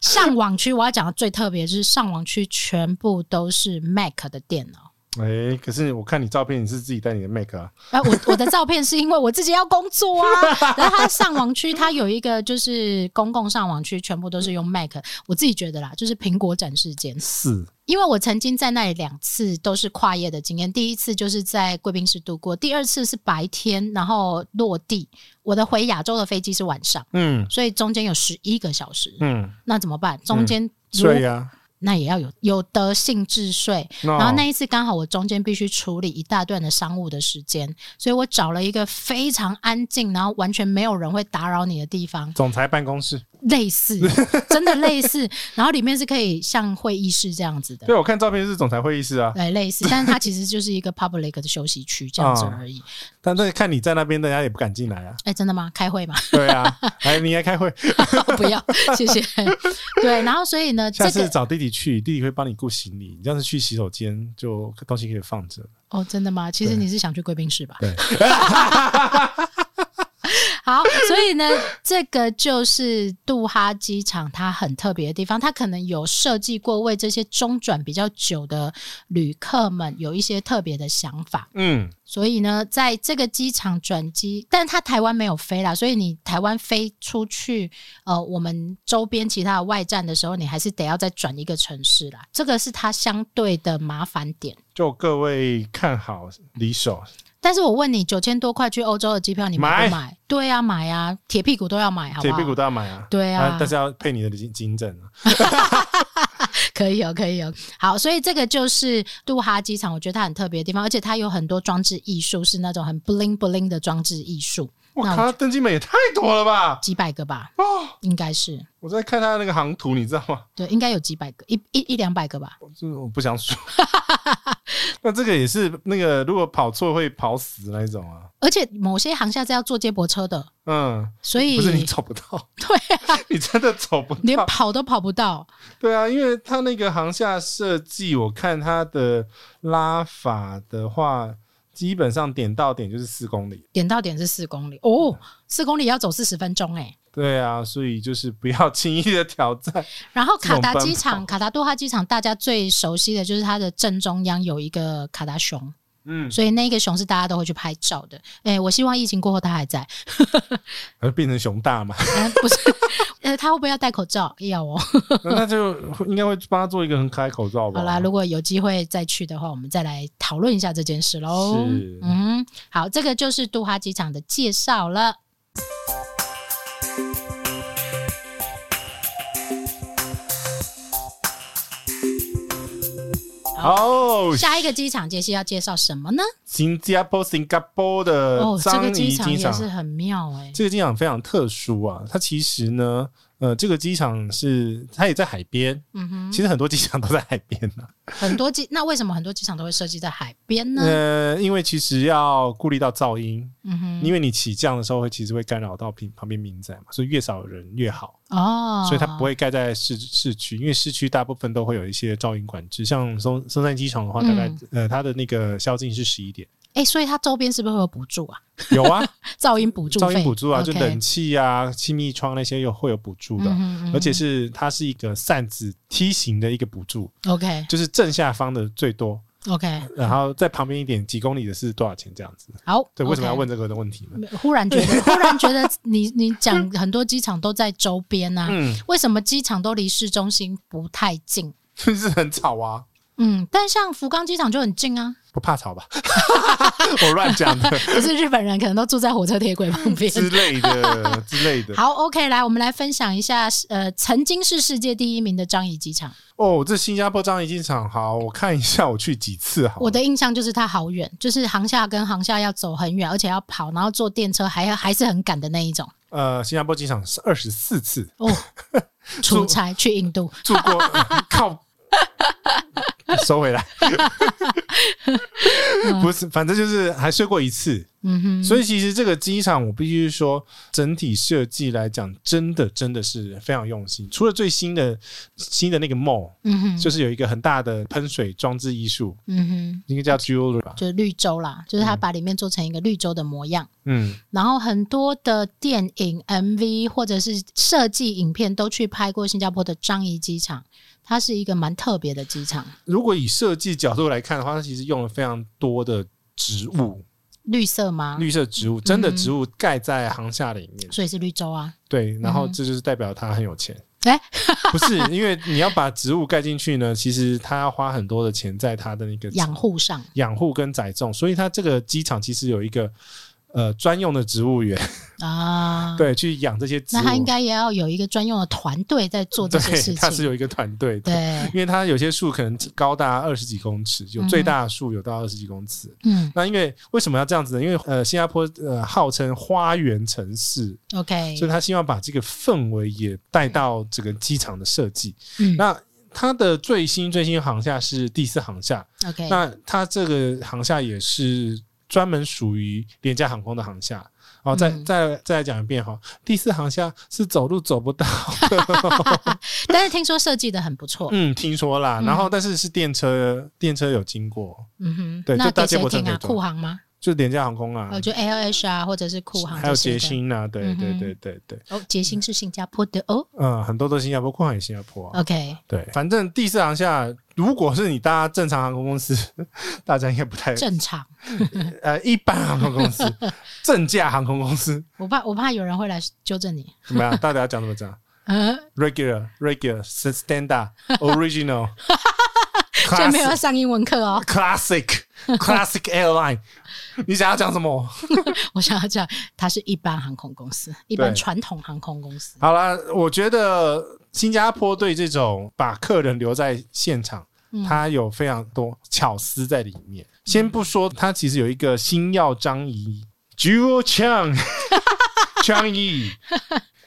Speaker 1: 上网区，我要讲的最特别的就是上网区全部都是 Mac 的电脑。
Speaker 2: 哎、可是我看你照片，你是自己带你的 Mac 啊？
Speaker 1: 哎、我我的照片是因为我自己要工作啊。然后它上网区，它有一个就是公共上网区，全部都是用 Mac。我自己觉得啦，就是苹果展示间，
Speaker 2: 是，
Speaker 1: 因为我曾经在那里两次都是跨业的经验。第一次就是在贵宾室度过，第二次是白天，然后落地。我的回亚洲的飞机是晚上，
Speaker 2: 嗯
Speaker 1: 所以中间有十一个小时。
Speaker 2: 嗯，
Speaker 1: 那怎么办？中间如、
Speaker 2: 所以啊，
Speaker 1: 那也要有有得性质税。
Speaker 2: 然
Speaker 1: 然后那一次刚好我中间必须处理一大段的商务的时间，所以我找了一个非常安静，然后完全没有人会打扰你的地方，
Speaker 2: 总裁办公室，(laughs)
Speaker 1: 类似真的类似，然后里面是可以像会议室这样子的
Speaker 2: 对。我看照片是总裁会议室啊，
Speaker 1: 对，
Speaker 2: (laughs)
Speaker 1: 类似，但是它其实就是一个 public 的休息区这样子而
Speaker 2: 哦
Speaker 1: 已。
Speaker 2: 但但看你在那边，大家也不敢进
Speaker 1: (laughs)
Speaker 2: 来啊。
Speaker 1: 哎、真的吗？开会吗？哦
Speaker 2: 对啊，哎，你来开会，
Speaker 1: 不要，谢
Speaker 2: (laughs)
Speaker 1: 谢。对，然后所以呢，
Speaker 2: 下
Speaker 1: 这
Speaker 2: 次
Speaker 1: 个
Speaker 2: 找弟弟去，弟弟会帮你顾行李。你这样子去洗手间，就东西可以放着。
Speaker 1: 哦，真的吗？其实
Speaker 2: 对
Speaker 1: 你是想去贵宾室吧？
Speaker 2: (laughs) 对，
Speaker 1: 好，所以呢，这个就是杜哈机场它很特别的地方，它可能有设计过为这些中转比较久的旅客们有一些特别的想法。
Speaker 2: 嗯，
Speaker 1: 所以呢，在这个机场转机，但它台湾没有飞啦，所以你台湾飞出去，呃，我们周边其他的外站的时候，你还是得要再转一个城市啦，这个是它相对的麻烦点。
Speaker 2: 就各位看好离手，
Speaker 1: 但是我问你，九千多块去欧洲的机票，你买不
Speaker 2: 买
Speaker 1: 买？对啊，买啊，铁屁股都要买，好不
Speaker 2: 铁
Speaker 1: 好？
Speaker 2: 屁股都要买啊。
Speaker 1: 对啊
Speaker 2: 但是要配你的金金证啊。
Speaker 1: 可以哦，可以哦。好，所以这个就是杜哈机场，我觉得它很特别的地方，而且它有很多装置艺术，是那种很 bling bling 的装置艺术，
Speaker 2: 我
Speaker 1: 那我
Speaker 2: 靠，登机门也太多了吧！
Speaker 1: 几百个吧，
Speaker 2: 哦，
Speaker 1: 应该是
Speaker 2: 我在看他的那个航图，你知道吗？
Speaker 1: 对，应该有几百个，一一一两百个吧。
Speaker 2: 我就是我不想数。 (laughs) 那这个也是那个，如果跑错会跑死那一种啊。
Speaker 1: 而且某些航下是要坐接驳车的，
Speaker 2: 嗯，
Speaker 1: 所以
Speaker 2: 不是你走不到，
Speaker 1: (laughs) 对啊，
Speaker 2: 你真的走不
Speaker 1: 连
Speaker 2: 到。
Speaker 1: 跑都跑不到。
Speaker 2: 对啊，因为它那个航下设计，我看它的拉法的话，基本上点到点就是四公里。
Speaker 1: 点到点是四公里哦，四公里要走四十分钟哎、
Speaker 2: 对啊，所以就是不要 (laughs) 轻易的挑战。
Speaker 1: 然后卡达
Speaker 2: 这种
Speaker 1: 机
Speaker 2: 奔跑
Speaker 1: 场、卡达多哈机场，大家最熟悉的就是它的正中央有一个卡达熊，
Speaker 2: 嗯，
Speaker 1: 所以那个熊是大家都会去拍照的。哎、我希望疫情过后它还在。
Speaker 2: 而变成熊大嘛， (laughs)
Speaker 1: 嗯，不是， (laughs) 呃，他会不会要戴口罩？要哦。
Speaker 2: 那那就应该会帮他做一个很可爱口罩吧。
Speaker 1: 好啦，如果有机会再去的话，我们再来讨论一下这件事喽
Speaker 2: 是。
Speaker 1: 嗯，好，这个就是杜哈机场的介绍了。
Speaker 2: 哦，
Speaker 1: 下一个机场，杰西要介绍什么呢？
Speaker 2: 新加坡 Singapore 的
Speaker 1: 哦，这
Speaker 2: 呃樟
Speaker 1: 个
Speaker 2: 宜
Speaker 1: 机
Speaker 2: 机
Speaker 1: 场
Speaker 2: 场，
Speaker 1: 也是很妙哎、
Speaker 2: 这个机场非常特殊啊。它其实呢，呃，这个机场是它也在海边，
Speaker 1: 嗯哼，
Speaker 2: 其实很多机场都在海边啊。
Speaker 1: 很多机，那为什么很多机场都会设计在海边呢？
Speaker 2: 呃，因为其实要顾虑到噪音，
Speaker 1: 嗯哼，
Speaker 2: 因为你起降的时候会其实会干扰到平旁边民宅嘛，所以越少人越好，
Speaker 1: 哦，
Speaker 2: 所以它不会盖在市市区，因为市区大部分都会有一些噪音管制。像松松山机场的话，大概、
Speaker 1: 嗯
Speaker 2: 呃它的那个宵禁是十一点，
Speaker 1: 哎、所以它周边是不是会有补助啊？
Speaker 2: 有啊，
Speaker 1: 噪音补助费，
Speaker 2: 噪音补助啊，就
Speaker 1: OK
Speaker 2: 冷气啊、气密窗那些有会有补助的，啊
Speaker 1: 嗯哼嗯哼
Speaker 2: 而且是它是一个扇子梯形的一个补助，
Speaker 1: OK
Speaker 2: 就是正下方的最多，
Speaker 1: OK，
Speaker 2: 然后在旁边一点几公里的是多少钱这样子。
Speaker 1: 好，
Speaker 2: 对，为什么要
Speaker 1: OK
Speaker 2: 问这个的问题呢？
Speaker 1: 没忽然觉得，忽然觉
Speaker 2: (laughs)
Speaker 1: 得你你讲很多机场都在周边啊，
Speaker 2: 嗯，
Speaker 1: 为什么机场都离市中心不太近？
Speaker 2: 就是很吵啊。
Speaker 1: 嗯，但像福冈机场就很近啊，
Speaker 2: 不怕吵吧？ (laughs) 我乱讲的
Speaker 1: 不是日本人可能都住在火车铁轨旁
Speaker 2: (laughs)
Speaker 1: 边。
Speaker 2: 之类的
Speaker 1: (laughs)
Speaker 2: 之类的。
Speaker 1: 好，OK，来，我们来分享一下，呃，曾经是世界第一名的樟宜机场。
Speaker 2: 哦，这新加坡樟宜机场好，我看一下我去几次好了。
Speaker 1: 我的印象就是它好远，就是航厦跟航厦要走很远，而且要跑，然后坐电车还要还是很赶的那
Speaker 2: (laughs)
Speaker 1: 一种。
Speaker 2: 呃，新加坡机场是二十四次
Speaker 1: 哦，出差去印度，
Speaker 2: 住过， (laughs) 靠，收回来， (laughs) 不是，反正就是还睡过一次。
Speaker 1: 嗯哼，
Speaker 2: 所以其实这个机场，我必须说，整体设计来讲，真的真的是非常用心。除了最新的新的那个 mall，
Speaker 1: 嗯哼，
Speaker 2: 就是有一个很大的喷水装置艺术，
Speaker 1: 嗯哼。
Speaker 2: 应该叫 jewelry 吧？
Speaker 1: 就是绿洲啦，就是它把里面做成一个绿洲的模样，
Speaker 2: 嗯，
Speaker 1: 然后很多的电影、MV 或者是设计影片都去拍过新加坡的樟宜机场，它是一个蛮特别的机场，
Speaker 2: 如果以设计角度来看的话，它其实用了非常多的植物，
Speaker 1: 绿色吗？
Speaker 2: 绿色植物，真
Speaker 1: 嗯
Speaker 2: 的植物盖在航厦里面。
Speaker 1: 所以是绿洲啊。
Speaker 2: 对，然后
Speaker 1: 嗯哼
Speaker 2: 这就是代表他很有钱。
Speaker 1: 哎
Speaker 2: (laughs) 不是，因为你要把植物盖进去呢，其实他要花很多的钱在他的那个
Speaker 1: 养护上，
Speaker 2: 养护跟栽种，所以它这个机场其实有一个呃专用的植物园，
Speaker 1: 啊。，
Speaker 2: 对，去养这些植物。
Speaker 1: 那他应该也要有一个专用的团队在做这些
Speaker 2: 对，
Speaker 1: 事
Speaker 2: 它是
Speaker 1: 情。
Speaker 2: 有一个团队的，
Speaker 1: 对，
Speaker 2: 因为它有些树可能高达二十几公尺，有
Speaker 1: 嗯
Speaker 2: 最大的树有到二十几公尺。
Speaker 1: 嗯
Speaker 2: 那因为为什么要这样子呢？因为呃，新加坡呃号称花园城市，
Speaker 1: ，OK，
Speaker 2: 所以他希望把这个氛围也带到整个机场的设计。
Speaker 1: 嗯
Speaker 2: 那它的最新最新航厦是第四航厦，
Speaker 1: ，OK，
Speaker 2: 那它这个航厦也是专门属于廉价航空的航厦。哦，再
Speaker 1: 嗯
Speaker 2: 再再来讲一遍哈，第四航厦是走路走不
Speaker 1: (laughs)
Speaker 2: 到的，
Speaker 1: 但是听说设计的很不错。
Speaker 2: 嗯，听说啦。
Speaker 1: 嗯
Speaker 2: 然后但是是电车，电车有经过，
Speaker 1: 嗯哼，
Speaker 2: 对
Speaker 1: 那
Speaker 2: 就搭
Speaker 1: 给
Speaker 2: 接
Speaker 1: 谁
Speaker 2: 驳车
Speaker 1: 停
Speaker 2: 可以
Speaker 1: 啊？
Speaker 2: 坐
Speaker 1: 库航吗？
Speaker 2: 就廉价航空啊，
Speaker 1: 哦，就 LH 啊，或者是库航这些的，
Speaker 2: 还有捷星啊，对
Speaker 1: 嗯
Speaker 2: 对
Speaker 1: 哼
Speaker 2: 对对对，
Speaker 1: 哦，捷星是新加坡的哦。
Speaker 2: 嗯，很多都是新加坡，跨海新加坡啊，
Speaker 1: OK，
Speaker 2: 对，反正第四航厦，如果是你搭正常航空公司， (laughs) 大家应该不太
Speaker 1: 正常。
Speaker 2: 呃一般航空公
Speaker 1: (laughs)
Speaker 2: 司，正价航空公司
Speaker 1: 我怕我怕有人会来纠正你。
Speaker 2: 怎么样？到底要讲怎么
Speaker 1: (laughs)
Speaker 2: 讲？
Speaker 1: 呃，
Speaker 2: regular regular
Speaker 1: (laughs)
Speaker 2: standard original
Speaker 1: 所以没有要
Speaker 2: classic
Speaker 1: 上英文课哦。 (laughs)
Speaker 2: classic classic airline，你想要讲什么？
Speaker 1: 我想要讲，它是一般航空公司，一般
Speaker 2: 对
Speaker 1: 传统航空公司。
Speaker 2: 好啦，我觉得新加坡对这种把客人留在现场。
Speaker 1: 嗯
Speaker 2: 它有非常多巧思在里面。先不说，它其实有一个星耀张仪 j u
Speaker 1: (laughs)
Speaker 2: Chang 张仪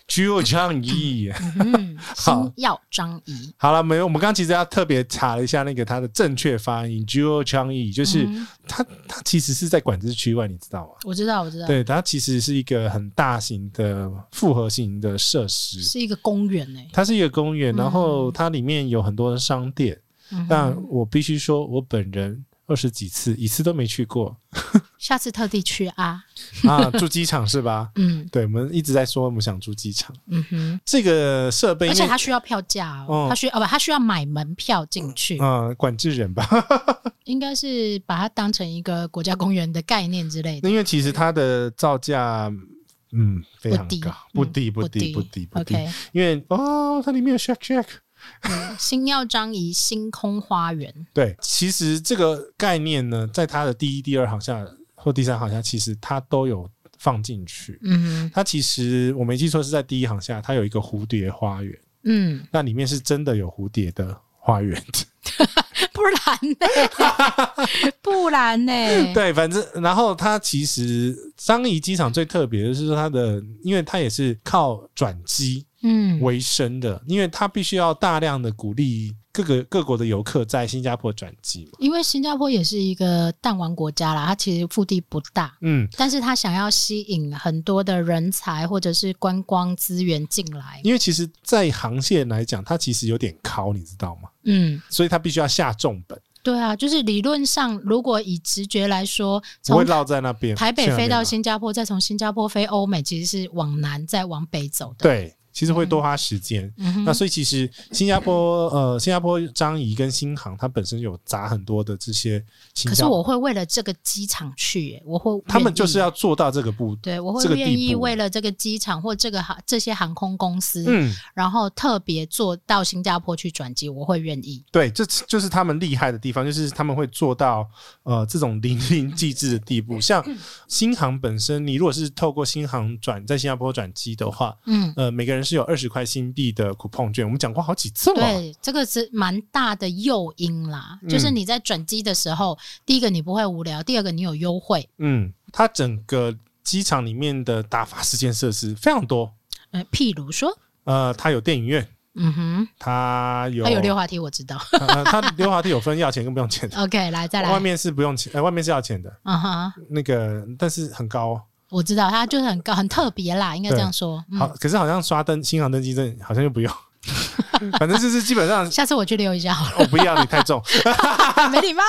Speaker 2: j u Chang 仪。
Speaker 1: 嗯，
Speaker 2: (laughs) 好
Speaker 1: 星耀张仪，
Speaker 2: 好了，没有，我们刚刚其实要特别查了一下那个它的正确发音 j u Chang 仪，就是、
Speaker 1: 嗯
Speaker 2: 它它其实是在管制区外，你知道吗？
Speaker 1: 我知道，我知道，
Speaker 2: 对，它其实是一个很大型的复合型的设施，
Speaker 1: 是一个公园诶。
Speaker 2: 它是一个公园，
Speaker 1: 嗯
Speaker 2: 然后它里面有很多的商店。
Speaker 1: 嗯
Speaker 2: 但
Speaker 1: 哼，
Speaker 2: 我必须说，我本人二十几次，一次都没去
Speaker 1: (laughs)
Speaker 2: 过
Speaker 1: 下次特地去啊。
Speaker 2: 啊，住机场是
Speaker 1: (laughs)
Speaker 2: 吧？
Speaker 1: 嗯
Speaker 2: 对，我们一直在说我们想住机场，
Speaker 1: 嗯哼，
Speaker 2: 这个设备
Speaker 1: 而
Speaker 2: 因
Speaker 1: 且
Speaker 2: 为
Speaker 1: 他需要票价哦
Speaker 2: 哦，
Speaker 1: 他需哦不，他需要买门票进去，
Speaker 2: 嗯、管制人吧，
Speaker 1: 应该是把它当成一个国家公园的概念之类的。
Speaker 2: 因为其实它的造价。嗯，非常
Speaker 1: 不低
Speaker 2: 高，
Speaker 1: 嗯
Speaker 2: 不低不低
Speaker 1: 不
Speaker 2: 不
Speaker 1: 低
Speaker 2: 低不低
Speaker 1: OK
Speaker 2: 因为哦，它里面有 Shack Shack，
Speaker 1: 星耀张仪星空花园，
Speaker 2: 对，其实这个概念呢，在它的第一、第二航下或第三航下，其实它都有放进去。
Speaker 1: 嗯
Speaker 2: 它其实我没记错是在第一航下，它有一个蝴蝶花园，
Speaker 1: 嗯，
Speaker 2: 那里面是真的有蝴蝶的花园。
Speaker 1: (laughs) 不然呢？
Speaker 2: (laughs)
Speaker 1: 不然呢？
Speaker 2: 对，反正然后它其实樟宜机场最特别的是说它的，因为它也是靠转机
Speaker 1: 嗯，
Speaker 2: 为生的，因为它必须要大量的鼓励各个各国的游客在新加坡转机嘛。
Speaker 1: 因为新加坡也是一个弹丸国家啦，它其实腹地不大，
Speaker 2: 嗯，
Speaker 1: 但是它想要吸引很多的人才或者是观光资源进来。
Speaker 2: 因为其实，在航线来讲，它其实有点高，你知道吗？
Speaker 1: 嗯，
Speaker 2: 所以他必须要下重本，
Speaker 1: 对啊，就是理论上，如果以直觉来说，
Speaker 2: 不会
Speaker 1: 从
Speaker 2: 落在那边。
Speaker 1: 台北飞到
Speaker 2: 现
Speaker 1: 新加坡，再从新加坡飞欧美，其实是往南再往北走的。
Speaker 2: 在那边嘛其实会多花时间。
Speaker 1: 嗯哼
Speaker 2: 那所以其实新加坡呃，新加坡张仪跟新航，它本身有砸很多的这些新
Speaker 1: 可是
Speaker 2: 加
Speaker 1: 我会为了这个机场去耶，我会嗯
Speaker 2: 他们
Speaker 1: 愿意
Speaker 2: 就是要做到这个步。
Speaker 1: 对我会
Speaker 2: 这个
Speaker 1: 愿
Speaker 2: 地
Speaker 1: 意
Speaker 2: 步啊
Speaker 1: 为了这个机场或这个航这些航空公司，
Speaker 2: 嗯，
Speaker 1: 然后特别做到新加坡去转机，我会愿意。
Speaker 2: 对，这就是他们厉害的地方，就是他们会做到呃这种淋漓尽致的地步。像新航本身，你如果是透过新航转在新加坡转机的话，
Speaker 1: 嗯，
Speaker 2: 呃，每个人是有二十块新币的 coupon 券，我们讲过好几次了。
Speaker 1: 对，这个是蛮大的诱因啦，就是
Speaker 2: 哦嗯
Speaker 1: 你在转机的时候，第一个你不会无聊，第二个你有优惠，
Speaker 2: 嗯，它整个机场里面的打发时间设施非常多。
Speaker 1: 呃，譬如说，
Speaker 2: 呃，它有电影院，
Speaker 1: 嗯哼，
Speaker 2: 它有
Speaker 1: 还有溜滑梯，我知道。 (laughs)
Speaker 2: 呃，它溜滑梯有分要钱跟不用钱的，
Speaker 1: OK，来 (laughs) 再来，
Speaker 2: 外面是不用钱，呃，外面是要钱的，
Speaker 1: 嗯哼，
Speaker 2: 那个但是很高、哦。
Speaker 1: 我知道，它就是很高，很特别啦，应该这
Speaker 2: 对
Speaker 1: 样说。嗯
Speaker 2: 好，，可是好像刷登新航登记证好像又不用， (laughs) 反正就是基本上
Speaker 1: 下次我去溜一下好
Speaker 2: 我不要你太重。 (laughs)
Speaker 1: 了，没礼貌。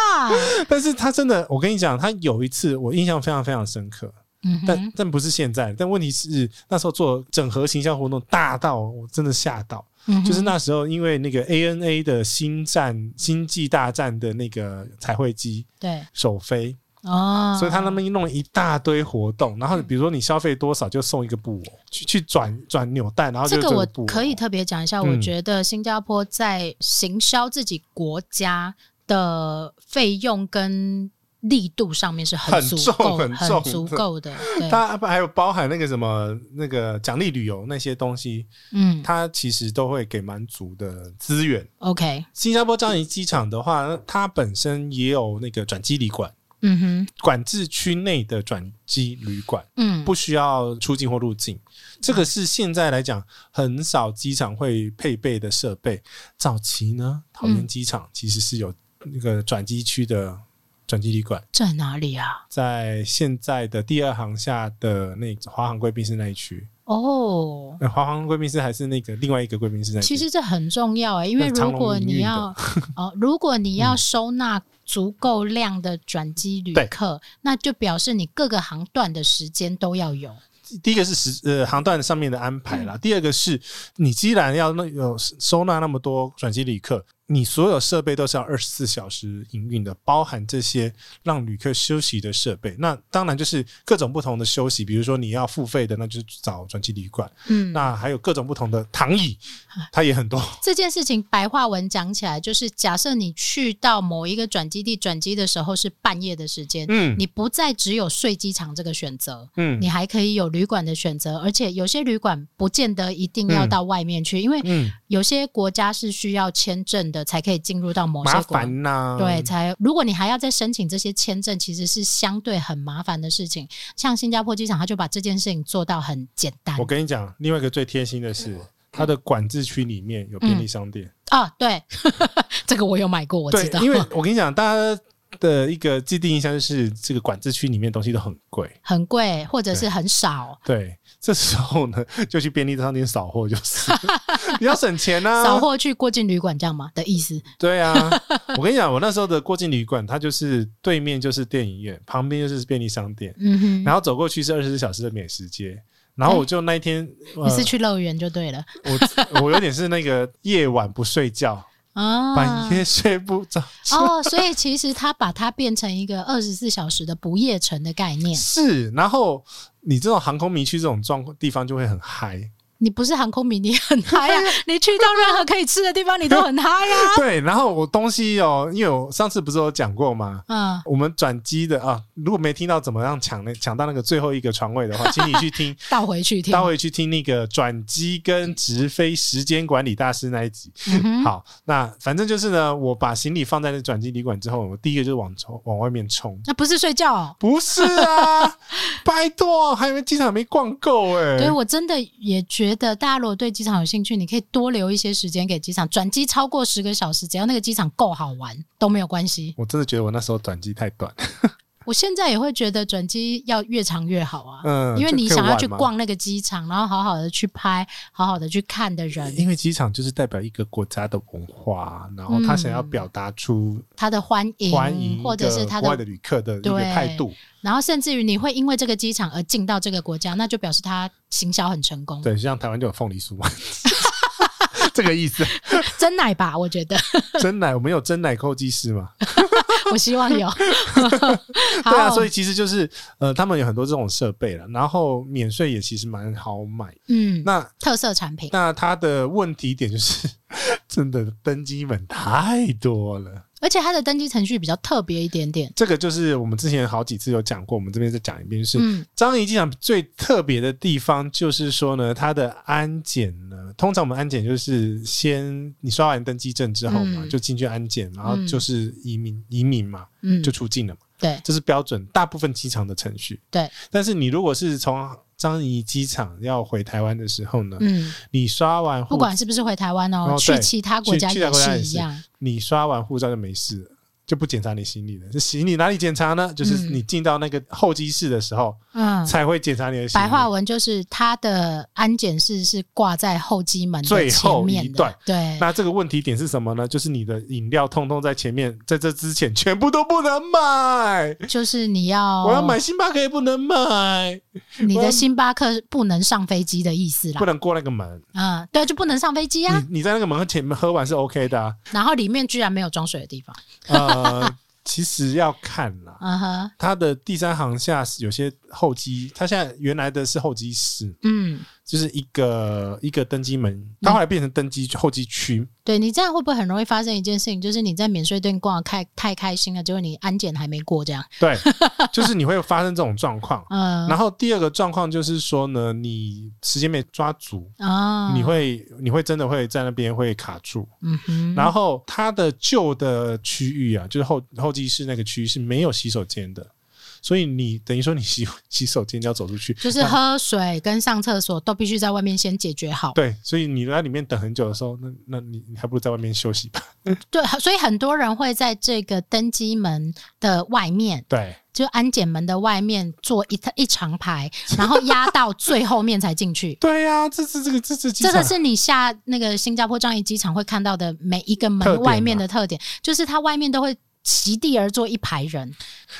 Speaker 2: 但是他真的，我跟你讲，他有一次我印象非常非常深刻，
Speaker 1: 嗯
Speaker 2: 但、
Speaker 1: 哼，
Speaker 2: 但不是现在，但问题是那时候做整合行销活动大到我真的吓到，
Speaker 1: 嗯哼
Speaker 2: 就是那时候因为那个 ANA 的星战星际大战的那个彩绘机
Speaker 1: 对
Speaker 2: 首飞，
Speaker 1: 哦，
Speaker 2: 所以他那边弄了一大堆活动，
Speaker 1: 嗯
Speaker 2: 然后比如说你消费多少就送一个布偶，去去转转纽带，然后就
Speaker 1: 这个
Speaker 2: 做
Speaker 1: 我
Speaker 2: 布偶
Speaker 1: 可以特别讲一下，
Speaker 2: 嗯
Speaker 1: 我觉得新加坡在行销自己国家的费用跟力度上面是
Speaker 2: 很
Speaker 1: 足
Speaker 2: 重
Speaker 1: 够、
Speaker 2: 很
Speaker 1: 很
Speaker 2: 重
Speaker 1: 足
Speaker 2: 的
Speaker 1: 够
Speaker 2: (laughs)
Speaker 1: 的。对，
Speaker 2: 它还有包含那个什么那个奖励旅游那些东西，
Speaker 1: 嗯
Speaker 2: 它其实都会给蛮足的资源。
Speaker 1: ，OK，
Speaker 2: 新加坡樟宜机场的话，它本身也有那个转机旅馆，
Speaker 1: 嗯哼，
Speaker 2: 管制区内的转机旅馆
Speaker 1: 嗯，
Speaker 2: 不需要出境或入境，这个是现在来讲很少机场会配备的设备。早期呢，桃园机场其实是有那个转机区的转机旅馆，
Speaker 1: 在哪里啊？
Speaker 2: 在现在的第二航厦的那华航贵宾室那一区。
Speaker 1: 哦。
Speaker 2: 呃，华航贵宾室还是那个另外一个贵宾室在。
Speaker 1: 其实这很重要哎、因为
Speaker 2: 那长
Speaker 1: 如
Speaker 2: 龙
Speaker 1: 果
Speaker 2: 营
Speaker 1: 你
Speaker 2: 运 (laughs) 嗯
Speaker 1: 要哦，如果你要收纳足够量的转机旅
Speaker 2: 对
Speaker 1: 客，那就表示你各个航段的时间都要有。
Speaker 2: 第一个是时呃航段上面的安排
Speaker 1: 嗯
Speaker 2: 啦，第二个是呃你既然要那有收纳那么多转机旅客，你所有设备都是要二十四小时营运的，包含这些让旅客休息的设备。那当然就是各种不同的休息，比如说你要付费的，那就是找转机旅馆。
Speaker 1: 嗯，
Speaker 2: 那还有各种不同的躺椅，它也很多。
Speaker 1: 这件事情白话文讲起来，就是假设你去到某一个转机地转机的时候是半夜的时间，
Speaker 2: 嗯
Speaker 1: 你不再只有睡机场这个选择。
Speaker 2: 嗯
Speaker 1: 你还可以有旅馆的选择，而且有些旅馆不见得一定要到外面去，因为
Speaker 2: 嗯，
Speaker 1: 有些国家是需要签证的才可以进入到某
Speaker 2: 麻
Speaker 1: 些国。
Speaker 2: 烦啊呐、
Speaker 1: 对，才如果你还要再申请这些签证，其实是相对很麻烦的事情。像新加坡机场，他就把这件事情做到很简单
Speaker 2: 我跟你讲，另外一个最贴心的
Speaker 1: 嗯
Speaker 2: 是，它的管制区里面有便利商店。
Speaker 1: 啊。对， (laughs) 这个我有买过，我
Speaker 2: 对
Speaker 1: 知道，，
Speaker 2: 因为我跟你讲，大家的一个既定印象就是这个管制区里面东西都很贵。
Speaker 1: 很贵或者是很少，
Speaker 2: 对，这时候呢，就去便利商店扫货，就是
Speaker 1: (laughs)
Speaker 2: 比较省钱呐、
Speaker 1: 扫货去过境旅馆这样吗的意思？
Speaker 2: 对啊，我跟你讲，我那时候的过境旅馆，它就是对面就是电影院，旁边就是便利商店，
Speaker 1: 嗯哼，
Speaker 2: 然后走过去是二十四小时的美食街。然后我就那一天，
Speaker 1: 嗯你
Speaker 2: 呃
Speaker 1: 是去乐园就对了
Speaker 2: 我 (laughs) 我有点是那个夜晚不睡觉，
Speaker 1: 啊。
Speaker 2: 半夜睡不着觉。
Speaker 1: 哦，所以其实他把它变成一个二十四小时的不夜城的概念。
Speaker 2: 是，然后你这种航空迷区这种状况地方就会很嗨，
Speaker 1: 你不是航空迷，你很嗨啊！你去到任何可以吃的地方，你都很
Speaker 2: (laughs)
Speaker 1: 嗨啊！
Speaker 2: 对。然后我东西哦，因为我上次不是有讲过吗？
Speaker 1: 嗯，
Speaker 2: 我们转机的啊，如果没听到怎么样抢那抢到那个最后一个床位的话，请你去
Speaker 1: (laughs)
Speaker 2: 听，
Speaker 1: 倒回去听
Speaker 2: 待。会去听那个转机跟直飞时间管理大师那一集。
Speaker 1: 嗯哼
Speaker 2: 好，那反正就是呢，我把行李放在那转机旅馆之后，我第一个就是往冲往外面冲。
Speaker 1: 那不是睡觉哦。
Speaker 2: 不是啊，
Speaker 1: (laughs)
Speaker 2: 拜托，还以为机场没逛够哎、
Speaker 1: 对，我真的也觉得，大家如果对机场有兴趣，你可以多留一些时间给机场。转机超过十个小时，只要那个机场够好玩都没有关系。
Speaker 2: 我真的觉得我那时候转机太短。
Speaker 1: 我现在也会觉得转机要越长越好啊，
Speaker 2: 嗯
Speaker 1: 因为你
Speaker 2: 就可以
Speaker 1: 想要去
Speaker 2: 玩嘛
Speaker 1: 逛那个机场，然后好好的去拍，好好的去看的人，
Speaker 2: 因为机场就是代表一个国家的文化，啊然后他想要表达出
Speaker 1: 他的欢迎，
Speaker 2: 欢迎
Speaker 1: 嗯或
Speaker 2: 一
Speaker 1: 者
Speaker 2: 个
Speaker 1: 是他
Speaker 2: 国外
Speaker 1: 的
Speaker 2: 的旅客的一个
Speaker 1: 对
Speaker 2: 态度，
Speaker 1: 然后甚至于你会因为这个机场而进到这个国家，那就表示他行销很成功。
Speaker 2: 对，像台湾就有凤梨酥
Speaker 1: (laughs)
Speaker 2: 嘛，这个意思。
Speaker 1: 真奶吧，我觉得，
Speaker 2: 真奶，我们有真奶扣技师嘛？
Speaker 1: 我希望
Speaker 2: (laughs)
Speaker 1: 有。好，
Speaker 2: 对啊，所以其实就是呃，他们有很多这种设备了，然后免税也其实蛮好买。
Speaker 1: 嗯，
Speaker 2: 那
Speaker 1: 特色产品，
Speaker 2: 那它的问题点就是， (laughs) 真的登机门太多了。
Speaker 1: 而且它的登机程序比较特别一点点。
Speaker 2: 这个就是我们之前好几次有讲过，我们这边再讲一遍，就是
Speaker 1: 嗯
Speaker 2: 樟宜机场最特别的地方就是说呢，它的安检呢，通常我们安检就是先你刷完登机证之后嘛，
Speaker 1: 嗯
Speaker 2: 就进去安检，然后就是移民移民嘛，
Speaker 1: 嗯，
Speaker 2: 就出境了嘛，
Speaker 1: 对
Speaker 2: 这是标准大部分机场的程序。
Speaker 1: 对，
Speaker 2: 但是你如果是从樟宜机场要回台湾的时候呢，
Speaker 1: 嗯，
Speaker 2: 你刷完护
Speaker 1: 不管是不是回台湾哦
Speaker 2: 哦，
Speaker 1: 去
Speaker 2: 对
Speaker 1: 其他国家
Speaker 2: 去其他
Speaker 1: 也
Speaker 2: 国家
Speaker 1: 是
Speaker 2: 也是
Speaker 1: 一样。
Speaker 2: 你刷完护照就没事了，就不检查你行李了。这行李哪里检查呢？就是
Speaker 1: 嗯
Speaker 2: 你进到那个候机室的时候、
Speaker 1: 嗯，
Speaker 2: 才会检查你的行李。
Speaker 1: 白话文就是它的安检室是挂在候机门的
Speaker 2: 最后
Speaker 1: 前面
Speaker 2: 一
Speaker 1: 的
Speaker 2: 段
Speaker 1: 对，
Speaker 2: 那这个问题点是什么呢？就是你的饮料通通在前面，在这之前全部都不能买。
Speaker 1: 就是你要
Speaker 2: 我要买星巴克也不能买，
Speaker 1: 你
Speaker 2: 我要
Speaker 1: 的星巴克不能上飞机的意思啦
Speaker 2: 不。能嗯过那个门。
Speaker 1: 嗯，对，就不能上飞机啊。
Speaker 2: 你你在那个门前面喝完是 OK 的、啊，
Speaker 1: 然后里面居然没有装水的地方。
Speaker 2: 呃，其实要看啦。
Speaker 1: 嗯哼，
Speaker 2: 它的第三行下有些候机，它现在原来的是候机室，
Speaker 1: 嗯，
Speaker 2: 就是一个一个登机门，它后来变成登机候机区，
Speaker 1: 对你这样会不会很容易发生一件事情，就是你在免税店逛得开太开心了，结果你安检还没过这样？
Speaker 2: 对，就是你会发生这种状况。
Speaker 1: 嗯
Speaker 2: 然后第二个状况就是说呢，你时间没抓足，
Speaker 1: 啊，
Speaker 2: 你会你会真的会在那边会卡住。
Speaker 1: 嗯哼，
Speaker 2: 然后它的旧的区域啊，就是候候机室那个区域是没有洗手间的，所以你等于说你洗洗手间就要走出去，
Speaker 1: 就是
Speaker 2: 那
Speaker 1: 喝水跟上厕所都必须在外面先解决好。
Speaker 2: 对，所以你在里面等很久的时候，那那你你还不如在外面休息吧。
Speaker 1: 对，所以很多人会在这个登机门的外面，
Speaker 2: 对，。
Speaker 1: 就安检门的外面做一一长排，然后压到最后面才进去
Speaker 2: 对呀、这是这个这 (laughs) 是机
Speaker 1: 这
Speaker 2: 场
Speaker 1: 个是你下那个新加坡樟宜机场会看到的每一个
Speaker 2: 特
Speaker 1: 门
Speaker 2: 点
Speaker 1: 外面
Speaker 2: 嘛
Speaker 1: 的特点，就是它外面都会席地而坐一排人。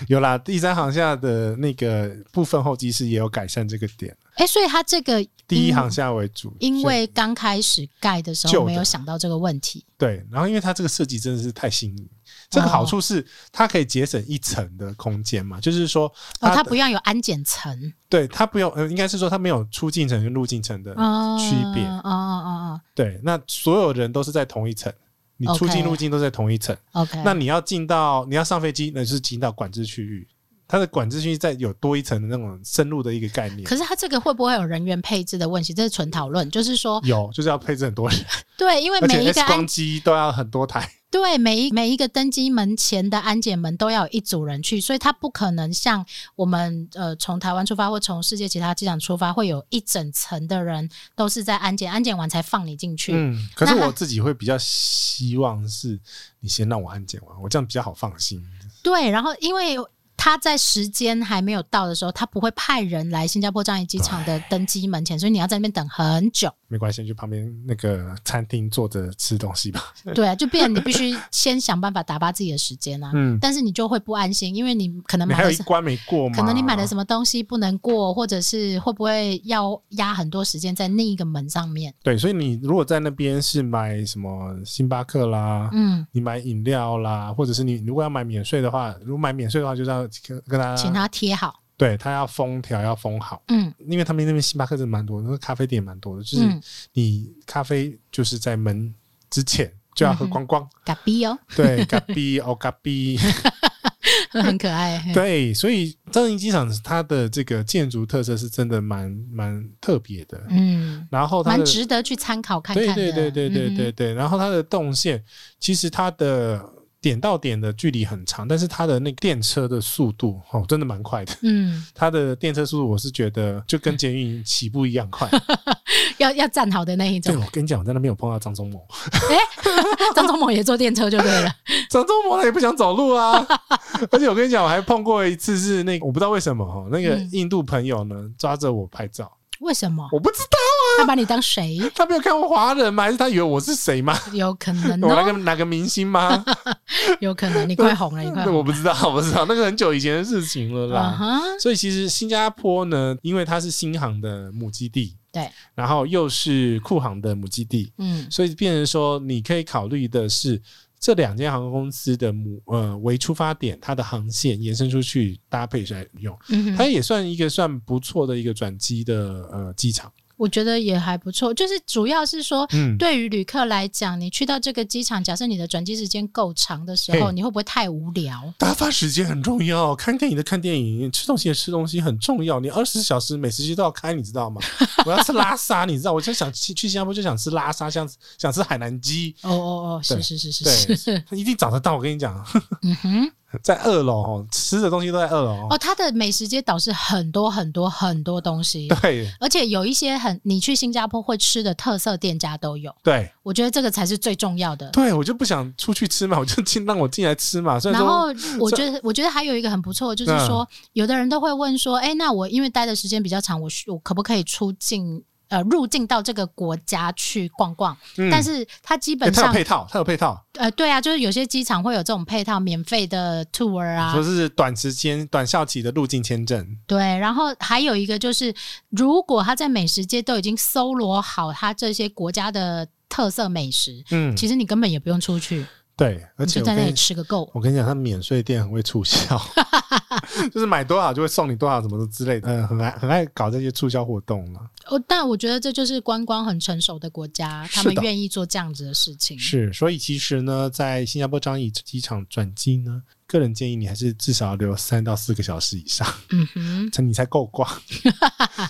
Speaker 2: 有啦，第三行下的那个部分候机室也有改善这个点，
Speaker 1: 哎，所以它这个
Speaker 2: 第一
Speaker 1: 因
Speaker 2: 行下为主，
Speaker 1: 嗯因
Speaker 2: 所以
Speaker 1: 为刚开始盖的时
Speaker 2: 旧
Speaker 1: 候
Speaker 2: 的
Speaker 1: 没有想到这个问题，
Speaker 2: 对，然后因为它这个设计真的是太新颖。这个
Speaker 1: 哦
Speaker 2: 好处是，它可以节省一层的空间嘛，就是说
Speaker 1: 哦，
Speaker 2: 的
Speaker 1: 它不要有安检层
Speaker 2: 对它不用，呃，应该是说它没有出境层跟入境层的，
Speaker 1: 哦
Speaker 2: 呃区别
Speaker 1: 哦哦哦
Speaker 2: 对，那所有人都是在同一层，你
Speaker 1: OK
Speaker 2: 出境入境都在同一层。
Speaker 1: 哦，OK，
Speaker 2: 那你要进到，你要上飞机，那就是进到管制区域，它的管制区域再有多一层的那种深入的一个概念
Speaker 1: 可。是它这个会不会有人员配置的问题？这是纯讨论，就是说，
Speaker 2: 有，就是要配置很多人，
Speaker 1: 对，因为
Speaker 2: 而
Speaker 1: 每
Speaker 2: 且
Speaker 1: 一
Speaker 2: X
Speaker 1: 个
Speaker 2: 光
Speaker 1: 安
Speaker 2: 机都要很多台。
Speaker 1: 对每一每一个登机门前的安检门都要有一组人去，所以它不可能像我们呃从台湾出发或从世界其他机场出发，会有一整层的人都是在安检，安检完才放你进去。
Speaker 2: 嗯，可是
Speaker 1: 那
Speaker 2: 我自己会比较希望是你先让我安检完，我这样比较好放心。
Speaker 1: 对，然后因为他在时间还没有到的时候，他不会派人来新加坡樟宜机场的登机门前，所以你要在那边等很久。
Speaker 2: 没关系，去旁边那个餐厅坐着吃东西吧。
Speaker 1: 对啊，就变成你必须先想办法打发自己的时间啊。
Speaker 2: 嗯，
Speaker 1: 但是你就会不安心，因为你可
Speaker 2: (laughs)
Speaker 1: 能
Speaker 2: 你
Speaker 1: 买
Speaker 2: 还有
Speaker 1: 的
Speaker 2: 一
Speaker 1: 是。
Speaker 2: 关没过吗？
Speaker 1: 可能你买的什么东西不能过，或者是会不会要压很多时间在另一个门上面？
Speaker 2: 对，所以你如果在那边是买什么星巴克啦，
Speaker 1: 嗯，
Speaker 2: 你买饮料啦，或者是你如果要买免税的话，如果买免税的话，就是要跟跟他
Speaker 1: 请他贴好。
Speaker 2: 对他要封条要封好，
Speaker 1: 嗯
Speaker 2: 因为他们那边星巴克真的蛮多，那个咖啡店也蛮多的，就是
Speaker 1: 嗯，
Speaker 2: 你咖啡就是在门之前就要喝
Speaker 1: 嗯
Speaker 2: 光光，
Speaker 1: 嘎逼哦， (laughs)
Speaker 2: 对，咖啡哦咖啡，
Speaker 1: 很可爱。
Speaker 2: 对，所以樟宜机场它的这个建筑特色是真的蛮蛮特别的，
Speaker 1: 嗯，
Speaker 2: 然后它哦
Speaker 1: 蛮
Speaker 2: 的
Speaker 1: 值得去参考看
Speaker 2: 对
Speaker 1: 看的。
Speaker 2: 对对对对
Speaker 1: 嗯
Speaker 2: 对对，然后它的动线其实它的点到点的距离很长，但是它的那个电车的速度哦，真的蛮快
Speaker 1: (laughs)
Speaker 2: 的。
Speaker 1: 嗯，
Speaker 2: 它的电车速度，我是觉得就跟捷运起步一样
Speaker 1: (laughs)
Speaker 2: 快。
Speaker 1: 要要站好的那一
Speaker 2: 对，
Speaker 1: 种。
Speaker 2: 我跟你讲，我在那边有碰到张忠谋， (laughs)
Speaker 1: (laughs) 张忠谋也坐电车就对了，
Speaker 2: 张忠谋他也不想走路啊。 (laughs) 而且我跟你讲，我还碰过一次是那个，我不知道为什么哦，那个
Speaker 1: 嗯
Speaker 2: 印度朋友呢抓着我拍照，
Speaker 1: 为什么？
Speaker 2: 我不知道
Speaker 1: 他把你当谁？
Speaker 2: 他没有看过华人吗？还是他以为我是谁吗？
Speaker 1: 有可能
Speaker 2: 我哪个
Speaker 1: 哦，
Speaker 2: 哪个明星吗？
Speaker 1: 有可能。你快红了，你快
Speaker 2: 对我
Speaker 1: 红
Speaker 2: 不
Speaker 1: 了。
Speaker 2: 知道，我不知道，那个很久以前的事情了啦。
Speaker 1: 啊哈，
Speaker 2: 所以其实新加坡呢，因为它是新航的母基地，
Speaker 1: 对，
Speaker 2: 然后又是库航的母基地，
Speaker 1: 嗯
Speaker 2: 所以变成说你可以考虑的是这两间航空公司的母呃为出发点，它的航线延伸出去搭配来用，
Speaker 1: 嗯
Speaker 2: 它
Speaker 1: 哼，
Speaker 2: 也算一个算不错的一个转机的呃机场。
Speaker 1: 我觉得也还不错，就是主要是说。
Speaker 2: 嗯，
Speaker 1: 对于旅客来讲，你去到这个机场，假设你的转机时间够长的时候，
Speaker 2: 嘿
Speaker 1: 你会不会太无聊？
Speaker 2: 打发时间很重要，看电影的看电影，吃东西的吃东西很重要。你二十小时美食街都要开，你知
Speaker 1: (laughs)
Speaker 2: 道吗？我要吃拉沙，你知道，我就想去去新加坡就想吃拉沙，想想吃海南鸡，
Speaker 1: 哦哦哦，是
Speaker 2: 对
Speaker 1: 是是是
Speaker 2: 对
Speaker 1: 是，
Speaker 2: 一定找得到。我跟你讲， (laughs)
Speaker 1: 嗯哼。
Speaker 2: 在二楼哦，吃的东西都在二楼。
Speaker 1: 哦，它的美食街岛是很多很多很多东西，
Speaker 2: 对
Speaker 1: 而且有一些很你去新加坡会吃的特色店家都有，
Speaker 2: 对
Speaker 1: 我觉得这个才是最重要的。
Speaker 2: 对，我就不想出去吃嘛，我 (laughs) 就进让我进来吃嘛。虽然
Speaker 1: 然后
Speaker 2: 说，
Speaker 1: 我觉得，我觉得还有一个很不错，就是说，有的人都会问说，哎，那我因为待的时间比较长，我需我可不可以出境呃入境到这个国家去逛逛？
Speaker 2: 嗯
Speaker 1: 但是它基
Speaker 2: 诶
Speaker 1: 本
Speaker 2: 它有
Speaker 1: 上，
Speaker 2: 配套，它有配套，
Speaker 1: 呃，对啊，就是有些机场会有这种配套免费的 tour 啊，
Speaker 2: 说是短时间、短效期的入境签证。
Speaker 1: 对，然后还有一个就是，如果他在美食街都已经搜罗好他这些国家的特色美食，
Speaker 2: 嗯，
Speaker 1: 其实你根本也不用出去，
Speaker 2: 对，而
Speaker 1: 你
Speaker 2: 且
Speaker 1: 就
Speaker 2: 我
Speaker 1: 在
Speaker 2: 跟
Speaker 1: 那
Speaker 2: 你
Speaker 1: 里吃个够。
Speaker 2: 我跟你讲，他们免税店很会促
Speaker 1: (laughs)
Speaker 2: 销，就是买多少就会送你多少，什么之类的，嗯，很爱很爱搞这些促销活动了。
Speaker 1: 哦，但我觉得这就是观光很成熟的国家，他
Speaker 2: 是
Speaker 1: 们
Speaker 2: 的
Speaker 1: 愿意做这样子的事情。
Speaker 2: 是，所以其实呢，在新加坡樟宜机场转机呢，个人建议你还是至少要留三到四个小时以上，
Speaker 1: 嗯哼，
Speaker 2: 这你才够
Speaker 1: (laughs)
Speaker 2: 逛。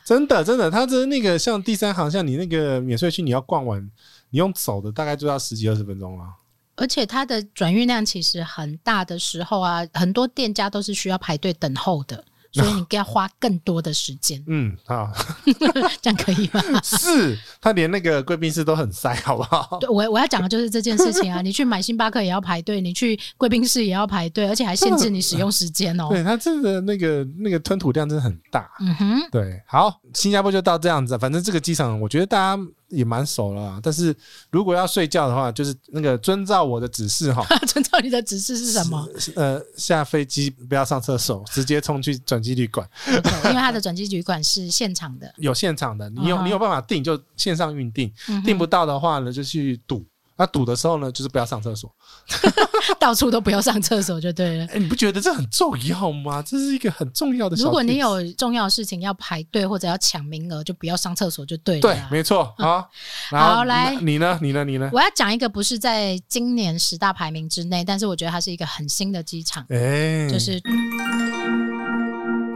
Speaker 2: 真的，真的，它的那个像第三行，像你那个免税区，你要逛完，你用走的大概就要十几二十分钟了。，
Speaker 1: 而且它的转运量其实很大的时候啊，很多店家都是需要排队等候的，所以你要花更多的时间 (laughs)
Speaker 2: 嗯，好， (laughs)
Speaker 1: 这样可以吗？
Speaker 2: 是，它连那个贵宾室都很塞，好不好？
Speaker 1: 对我我要讲的就是这件事
Speaker 2: (laughs)
Speaker 1: 情啊！你去买星巴克也要排队，你去贵宾室也要排队，而且还限制你使用时间哦。
Speaker 2: 对，它真的那个那个吞吐量真的很大。
Speaker 1: 嗯哼， (laughs)
Speaker 2: 对，好，新加坡就到这样子啊。反正这个机场，我觉得大家也蛮熟了啊。但是如果要睡觉的话，就是那个遵照我的指
Speaker 1: (laughs)
Speaker 2: 示哈，
Speaker 1: 遵照你的指示是什么？
Speaker 2: 呃，下飞机不要上厕所，直接冲去转机旅馆，
Speaker 1: 对因为它的转机旅馆是现场
Speaker 2: (laughs)
Speaker 1: 的，
Speaker 2: 有现场的，你有
Speaker 1: 嗯哼
Speaker 2: 你有办法订就线上预订，
Speaker 1: 嗯哼
Speaker 2: 订不到的话呢就去赌。那赌的时候呢，就是不要上厕所。
Speaker 1: 到处都不要上厕所
Speaker 2: (laughs)
Speaker 1: 就对了。
Speaker 2: 哎，你不觉得这很重要吗？这是一个很重要的小 tips。
Speaker 1: 如果你有重要的事情要排队或者要抢名额，就不要上厕所就对了
Speaker 2: 对，
Speaker 1: 啊。
Speaker 2: 没错
Speaker 1: (laughs)
Speaker 2: 啊。然后
Speaker 1: 好来
Speaker 2: 你呢？你呢？你呢？
Speaker 1: 我要讲一个不是在今年十大排名之内，但是我觉得它是一个很新的机场，
Speaker 2: 哎，
Speaker 1: 就是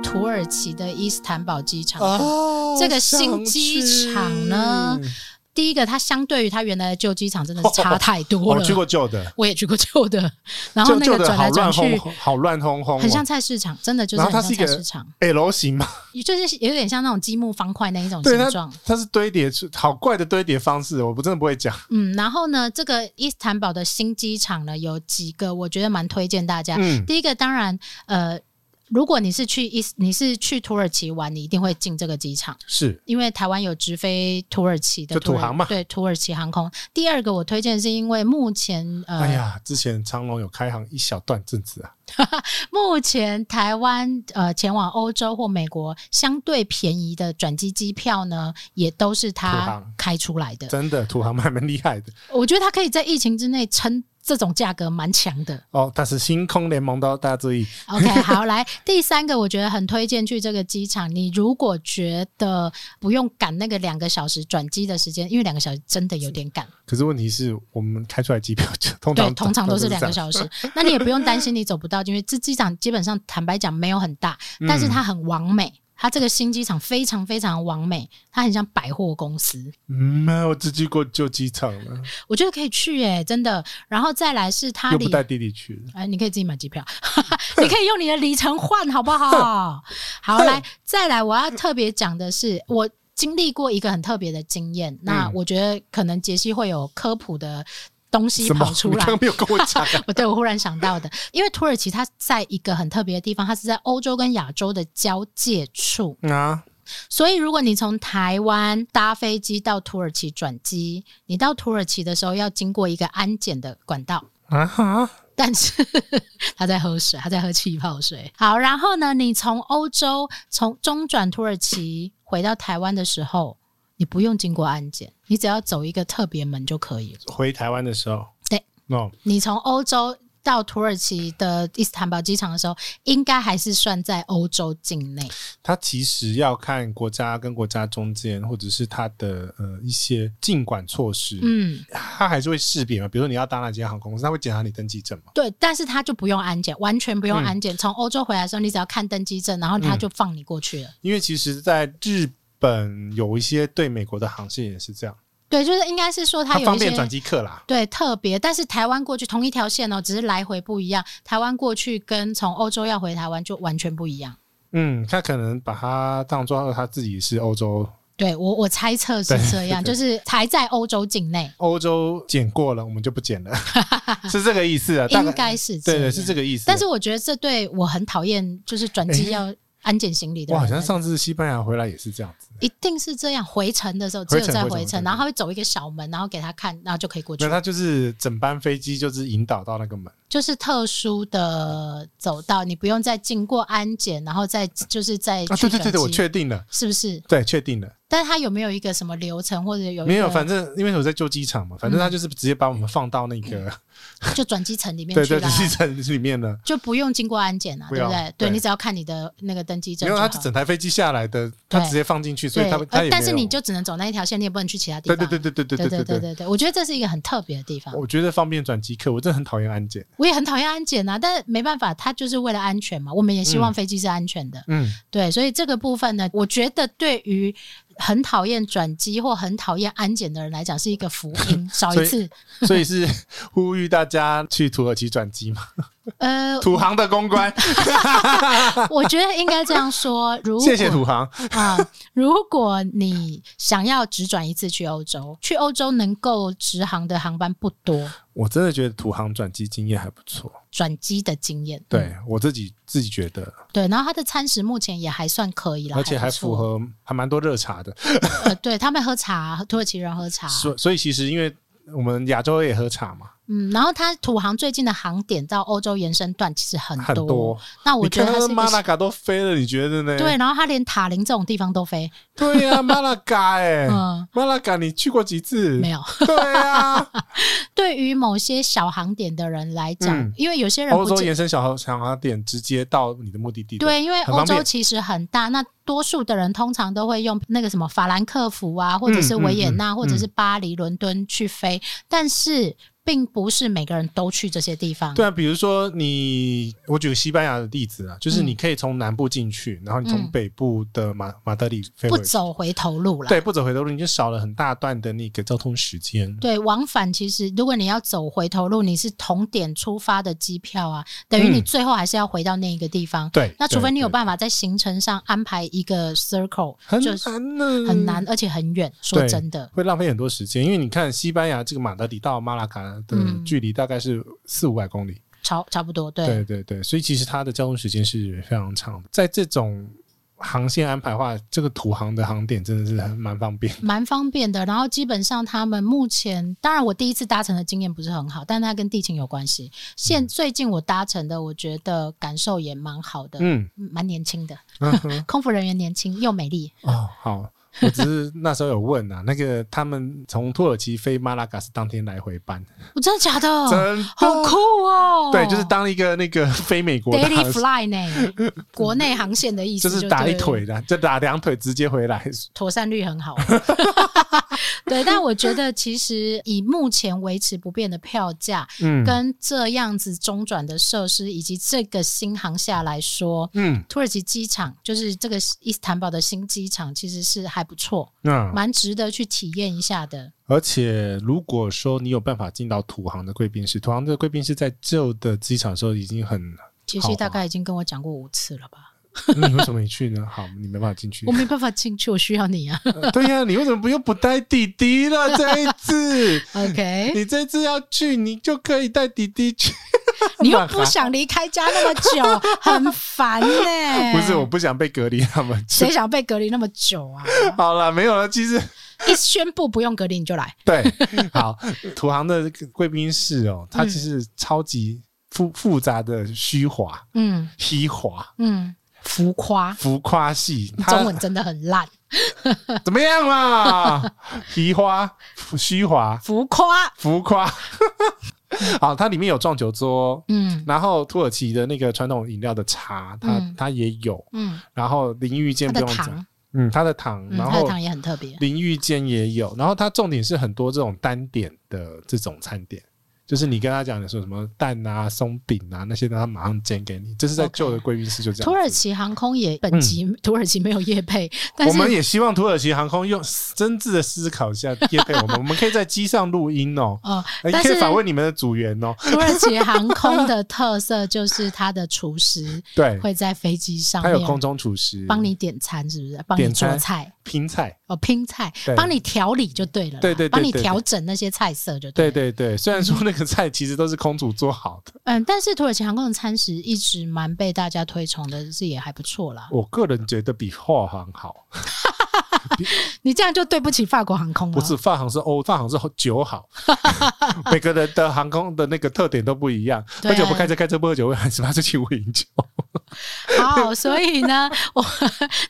Speaker 1: 土耳其的伊斯坦堡机场。
Speaker 2: 哦，
Speaker 1: 啊这个新机场呢
Speaker 2: 想去
Speaker 1: 第一个，它相对于它原来的旧机场真的是
Speaker 2: 哦
Speaker 1: 差太多
Speaker 2: 我
Speaker 1: 了。
Speaker 2: 去过旧的，
Speaker 1: 我也去过旧
Speaker 2: (laughs)
Speaker 1: 的，然后
Speaker 2: 旧
Speaker 1: 那
Speaker 2: 旧
Speaker 1: 个
Speaker 2: 的
Speaker 1: 转
Speaker 2: 好
Speaker 1: 来转
Speaker 2: 乱
Speaker 1: 去
Speaker 2: 哄，哄，好乱哄哄哦，
Speaker 1: 很像菜市场，真的就是
Speaker 2: 然后它
Speaker 1: 很
Speaker 2: 是
Speaker 1: 像
Speaker 2: 一个
Speaker 1: 菜市场，
Speaker 2: L 型嘛， (laughs)
Speaker 1: 就是有点像那种积木方块那一种
Speaker 2: 对
Speaker 1: 形
Speaker 2: 它
Speaker 1: 状。
Speaker 2: 它是堆叠出好怪的堆叠方式，我不真的不会讲，
Speaker 1: 嗯，然后呢，这个伊斯坦堡的新机场呢，有几个我觉得蛮推荐大家。
Speaker 2: 嗯，
Speaker 1: 第一个当然，呃，如果你是去伊斯，你是去土耳其玩，你一定会进这个机场。
Speaker 2: 是
Speaker 1: 因为台湾有直飞土耳其的
Speaker 2: 就
Speaker 1: 土耳
Speaker 2: 土航嘛
Speaker 1: 对土耳其航空。第二个我推荐是因为目前呃，
Speaker 2: 哎呀，之前长隆有开行一小段阵子啊，
Speaker 1: 目前台湾呃前往欧洲或美国相对便宜的转机机票呢，也都是
Speaker 2: 土
Speaker 1: 他
Speaker 2: 航
Speaker 1: 开出来的。
Speaker 2: 真的土航还蛮厉害的
Speaker 1: 我觉得他可以在疫情之内撑这种价格，蛮强的。
Speaker 2: 哦。但是星空联盟都大家注意，
Speaker 1: OK，好，来第三个，我觉得很推荐去这个机场。你如果觉得不用赶那个两个小时转机的时间，因为两个小时真的有点赶，
Speaker 2: 可是问题是我们开出来机票就通
Speaker 1: 对
Speaker 2: 常，
Speaker 1: 通常都是两个
Speaker 2: 时，
Speaker 1: 小时。那你也不用担心你走不到，因为这机场基本上坦白讲没有很大，
Speaker 2: 嗯
Speaker 1: 但是它很完美。它这个新机场非常非常完美，它很像百货公司，
Speaker 2: 嗯，那我只去过旧机场了，
Speaker 1: 我觉得可以去耶、真的。然后再来是它
Speaker 2: 又不
Speaker 1: 里
Speaker 2: 带弟弟去了。
Speaker 1: 哎，你可以自己买机票， (laughs) 你可以用你的里程换，好不好？
Speaker 2: (laughs)
Speaker 1: 好，来，再来，我要特别讲的是，我经历过一个很特别的经验，那
Speaker 2: 嗯
Speaker 1: 我觉得可能杰西会有科普的东西
Speaker 2: 什么
Speaker 1: 跑？出
Speaker 2: 你
Speaker 1: 来
Speaker 2: 刚。刚没有跟我
Speaker 1: (laughs)
Speaker 2: 讲啊，
Speaker 1: 我对我忽然想到的，因为土耳其它在一个很特别的地方，它是在欧洲跟亚洲的交界处，
Speaker 2: 啊，
Speaker 1: 所以如果你从台湾搭飞机到土耳其转机，你到土耳其的时候要经过一个安检的管道。
Speaker 2: 啊哈，
Speaker 1: 但是 (laughs) 他在喝水，他在喝气泡水。好，然后呢，你从欧洲从中转土耳其回到台湾的时候，你不用经过安检，你只要走一个特别门就可以了。
Speaker 2: 回台湾的时候，
Speaker 1: 对，
Speaker 2: 哦，
Speaker 1: 你从欧洲到土耳其的伊斯坦堡机场的时候，应该还是算在欧洲境内。
Speaker 2: 它其实要看国家跟国家中间，或者是它的呃一些尽管措施，
Speaker 1: 嗯，
Speaker 2: 它还是会识别嘛。比如说你要搭哪间航空公司，它会检查你登记证嘛。
Speaker 1: 对，但是他就不用安检，完全不用安检。从欧洲回来的时候，你只要看登机证，然后他就放你过去了。
Speaker 2: 因为其实，在日本有一些对美国的航线也是这样，
Speaker 1: 对，就是应该是说他
Speaker 2: 它
Speaker 1: 有一些
Speaker 2: 方便转机客啦。
Speaker 1: 对，特别，但是台湾过去同一条线哦，只是来回不一样。台湾过去跟从欧洲要回台湾就完全不一样。
Speaker 2: 嗯，他可能把它当做他自己是欧洲，
Speaker 1: 对我，我猜测是
Speaker 2: 对
Speaker 1: 这样，就是还在欧洲境内，
Speaker 2: 欧洲检过了，我们就不检
Speaker 1: (laughs)
Speaker 2: 了，是这个意思啊？大概
Speaker 1: 应该是这
Speaker 2: 对
Speaker 1: 样
Speaker 2: 对是这个意思。
Speaker 1: 但是我觉得这对我很讨厌，就是转机要安检行李的
Speaker 2: 我
Speaker 1: 人
Speaker 2: 好像上次西班牙回来也是这样子，
Speaker 1: 一定是这样，回程的时候只
Speaker 2: 回
Speaker 1: 有
Speaker 2: 程
Speaker 1: 在
Speaker 2: 回程
Speaker 1: 回
Speaker 2: 回
Speaker 1: 程，
Speaker 2: 程
Speaker 1: 然后他会走一个小门，然后给他看，然后就可以过去
Speaker 2: 那，他就是整班飞机就是引导到那个门。
Speaker 1: 就是特殊的走道，你不用再经过安检，然后再就是再
Speaker 2: 啊，
Speaker 1: 哎
Speaker 2: 对对
Speaker 1: 去
Speaker 2: 对
Speaker 1: 转
Speaker 2: 对，我
Speaker 1: 机
Speaker 2: 确定了，
Speaker 1: 是不是？
Speaker 2: 对，确定了，
Speaker 1: 但是他有没有一个什么流程，或者有一
Speaker 2: 没有，
Speaker 1: 个嗯
Speaker 2: 反正因为我在旧机场嘛，反正他就是直接把我们放到那个、
Speaker 1: 就转机层里面
Speaker 2: 对
Speaker 1: 嗯去
Speaker 2: 对
Speaker 1: 啦
Speaker 2: 对，，机场里面了。
Speaker 1: 就不用经过安检了，
Speaker 2: 不
Speaker 1: 对
Speaker 2: 要
Speaker 1: 不对？对
Speaker 2: 对
Speaker 1: 你只要看你的那个登机证
Speaker 2: 没有，
Speaker 1: 好
Speaker 2: 他就整台飞机下来的，他
Speaker 1: 对
Speaker 2: 直接放进去，所
Speaker 1: 对
Speaker 2: 以他
Speaker 1: 呃
Speaker 2: 他也没有。
Speaker 1: 但是你就只能走那一条线，你也不能去其他地
Speaker 2: 对
Speaker 1: 方。
Speaker 2: 对对对对对
Speaker 1: 对
Speaker 2: 对
Speaker 1: 对对对我觉得这是一个很特别的地方。
Speaker 2: 我觉得方便转机客，我真的很讨厌安检。
Speaker 1: 我也很讨厌安检啊，但是没办法，它就是为了安全嘛。我们也希望飞机是安全的，
Speaker 2: 嗯，
Speaker 1: 对，所以这个部分呢，我觉得对于很讨厌转机或很讨厌安检的人来讲，是一个福音，少一
Speaker 2: 所以
Speaker 1: 次。
Speaker 2: (laughs) 所以是 (laughs) 呼吁大家去土耳其转机嘛，
Speaker 1: 呃，
Speaker 2: 土航的公
Speaker 1: (laughs)
Speaker 2: 关，
Speaker 1: 我觉得应该这样说，如果
Speaker 2: 谢谢土航。
Speaker 1: 啊、如果你想要只转一次去欧洲，去欧洲能够直航的航班不多，
Speaker 2: 我真的觉得土航转机经验还不错，
Speaker 1: 转机的经验
Speaker 2: 对、
Speaker 1: 嗯
Speaker 2: 我自己自己觉得，
Speaker 1: 对，然后它的餐食目前也还算可以啦，
Speaker 2: 而且还
Speaker 1: 不错
Speaker 2: 符合还蛮多热茶的，
Speaker 1: 呃，对他们喝茶，土耳其人喝茶，
Speaker 2: 所所以其实因为我们亚洲也喝茶嘛，
Speaker 1: 嗯，然后它土航最近的航点到欧洲延伸段其实很多，
Speaker 2: 很多。
Speaker 1: 那我
Speaker 2: 你
Speaker 1: 觉
Speaker 2: 看
Speaker 1: 得它
Speaker 2: 到
Speaker 1: 是一
Speaker 2: 马
Speaker 1: 个
Speaker 2: 拉嘎都飞了，你觉得呢？
Speaker 1: 对，然后它连塔林这种地方都飞，
Speaker 2: 对呀，马拉嘎哎，
Speaker 1: 嗯，
Speaker 2: 马拉嘎你去过几次？
Speaker 1: 没。有。
Speaker 2: 对呀，
Speaker 1: 对于某些小航点的人来讲，
Speaker 2: 嗯
Speaker 1: (laughs) 因为有些人
Speaker 2: 欧
Speaker 1: 不
Speaker 2: 洲
Speaker 1: 知
Speaker 2: 延伸小航小航点直接到你的目的地。，
Speaker 1: 对，因啊为
Speaker 2: 很
Speaker 1: 欧
Speaker 2: 方
Speaker 1: 洲
Speaker 2: 便
Speaker 1: 其实很大，那多数的人通常都会用那个什么法兰克福啊，或者是维也纳，
Speaker 2: 嗯嗯
Speaker 1: 或者是巴黎、伦敦去飞，但是并不是每个人都去这些地方。
Speaker 2: 对啊，比如说你，我举个西班牙的例子啊，就是你可以从南部进去，然后你从
Speaker 1: 嗯
Speaker 2: 北部的马马德里飞
Speaker 1: 不
Speaker 2: 回去。
Speaker 1: 走回头路啦。
Speaker 2: 对，不走回头路，你就少了很大段的那个交通时间。
Speaker 1: 对，往返其实如果你要走回头路，你是同点出发的机票啊，等于你
Speaker 2: 嗯
Speaker 1: 最后还是要回到那一个地方。
Speaker 2: 对，
Speaker 1: 那除非你有
Speaker 2: 对
Speaker 1: 办法在行程上安排一个 circle，
Speaker 2: 很
Speaker 1: 就是
Speaker 2: 难呢，
Speaker 1: 很难，而且很远。说
Speaker 2: 对
Speaker 1: 真的，
Speaker 2: 会浪费很多时间，因为你看西班牙这个马德里到马拉卡的
Speaker 1: 嗯
Speaker 2: 距离大概是四五百公里，
Speaker 1: 差差不多，对，
Speaker 2: 对对对，所以其实它的交通时间是非常长的。在这种航线安排的话，这个土航的航点真的是很蛮方便。
Speaker 1: 蛮方便的。然后基本上他们目前，当然我第一次搭乘的经验不是很好，但它跟地勤有关系。
Speaker 2: 嗯
Speaker 1: 现最近我搭乘的，我觉得感受也蛮好的，
Speaker 2: 嗯，
Speaker 1: 蛮年轻的，
Speaker 2: 嗯哼
Speaker 1: (laughs) 空服人员年轻又美丽。
Speaker 2: 哦，好，我只是那时候有问啊，那个他们从土耳其飞马拉嘎是当天来回班，
Speaker 1: 我真的假的？
Speaker 2: 真的
Speaker 1: 哦好酷哦！
Speaker 2: 嗯对，就是当一个那个飞美国的
Speaker 1: daily
Speaker 2: 航线。
Speaker 1: fly
Speaker 2: (laughs)
Speaker 1: 呢，国内航线的意思
Speaker 2: 就是打
Speaker 1: 对
Speaker 2: 一
Speaker 1: 了
Speaker 2: (laughs) 腿的，就打两腿直接回来，
Speaker 1: 妥善率很好。对，但我觉得其实以目前维持不变的票价，
Speaker 2: 嗯
Speaker 1: 跟这样子中转的设施，以及这个新航下来说，
Speaker 2: 嗯
Speaker 1: 土耳其机场就是这个伊斯坦堡的新机场，其实是还不错，
Speaker 2: 那
Speaker 1: 蛮值得去体验一下的。
Speaker 2: 而且如果说你有办法进到土航的贵宾室，土航的贵宾室在旧的机场的时候已经很， (laughs)
Speaker 1: 杰
Speaker 2: 好
Speaker 1: 西
Speaker 2: 啊
Speaker 1: 大概已经跟我讲过五次了
Speaker 2: (laughs)
Speaker 1: 吧？
Speaker 2: 那嗯你为什么没去呢？好，你没办法进去
Speaker 1: 我。没办法进去，我需要
Speaker 2: (laughs)
Speaker 1: 你啊。
Speaker 2: 对呀、你为什么不又不带弟弟了？这一
Speaker 1: (laughs)
Speaker 2: 次
Speaker 1: OK，
Speaker 2: 你这次要去，你就可以带弟弟去。
Speaker 1: 你又不想离开家那么久，很烦呢、
Speaker 2: (laughs) 不是，我不想被隔离他
Speaker 1: (laughs)
Speaker 2: 们。
Speaker 1: 谁想被隔离那么
Speaker 2: (laughs)
Speaker 1: 久啊？
Speaker 2: 好了，没有了。其实
Speaker 1: 一宣布不用隔离你就来，
Speaker 2: 对，好，土航的贵宾室哦，它
Speaker 1: 嗯
Speaker 2: 其实超级复复杂的虚华、
Speaker 1: 嗯
Speaker 2: 虚华、
Speaker 1: 嗯，浮夸，
Speaker 2: 浮夸系，它
Speaker 1: 中文真的很烂，
Speaker 2: 怎么样啦？ (laughs) 皮花、虚华、
Speaker 1: 浮夸，
Speaker 2: 浮夸。 (laughs) 好，它里面有撞酒桌，
Speaker 1: 嗯
Speaker 2: 然后土耳其的那个传统饮料的茶，它、
Speaker 1: 嗯
Speaker 2: 它也有。
Speaker 1: 嗯，
Speaker 2: 然后淋浴间
Speaker 1: 它
Speaker 2: 不
Speaker 1: 的
Speaker 2: 用讲
Speaker 1: 糖，，
Speaker 2: 嗯，它的糖，
Speaker 1: 嗯，
Speaker 2: 然
Speaker 1: 它的
Speaker 2: 后
Speaker 1: 糖也很特别，
Speaker 2: 淋浴间也有。然后它重点是很多这种单点的这种餐点，就是你跟他讲的说什么蛋啊、松饼啊那些，他马上煎给你。这是在
Speaker 1: OK
Speaker 2: 旧的贵宾室就这样子。嗯
Speaker 1: 土耳其航空也本集、土耳其没有
Speaker 2: (laughs)
Speaker 1: 业配，但
Speaker 2: 我们
Speaker 1: 是
Speaker 2: 也希望土耳其航空用真挚的思考一下叶配我们，我 (laughs) 们可以在机上录音哦，
Speaker 1: 呃，
Speaker 2: 呃
Speaker 1: 但
Speaker 2: 可
Speaker 1: 是
Speaker 2: 以访问你们的组员哦。
Speaker 1: 土耳其航空的特色就是它的厨师
Speaker 2: 对，
Speaker 1: 会在飞机
Speaker 2: (laughs)
Speaker 1: 上
Speaker 2: 他有空
Speaker 1: 面
Speaker 2: 中厨师
Speaker 1: 帮你点餐，是不是？帮你
Speaker 2: 点
Speaker 1: 做
Speaker 2: 餐
Speaker 1: 菜
Speaker 2: 拼菜。
Speaker 1: 哦，拼菜
Speaker 2: 对，
Speaker 1: 帮你调理就对了啦，
Speaker 2: 对对对
Speaker 1: 帮你
Speaker 2: 对对
Speaker 1: 调整那些菜色就
Speaker 2: 对
Speaker 1: 了。
Speaker 2: 对对，虽然说那个菜其实都是空主做好的，
Speaker 1: 嗯，但是土耳其航空的餐食一直蛮被大家推崇的，是也还不错啦。
Speaker 2: 我个人觉得比华航好，
Speaker 1: 你这样就对不起法国航空了。
Speaker 2: 不是法航是欧，法航是酒
Speaker 1: (laughs)
Speaker 2: 好，每个人的航空的那个特点都不一样。
Speaker 1: 对啊哦
Speaker 2: 喝酒不开车，开车不喝酒，未满十八岁请勿饮酒。
Speaker 1: 好，所以呢， (laughs) 我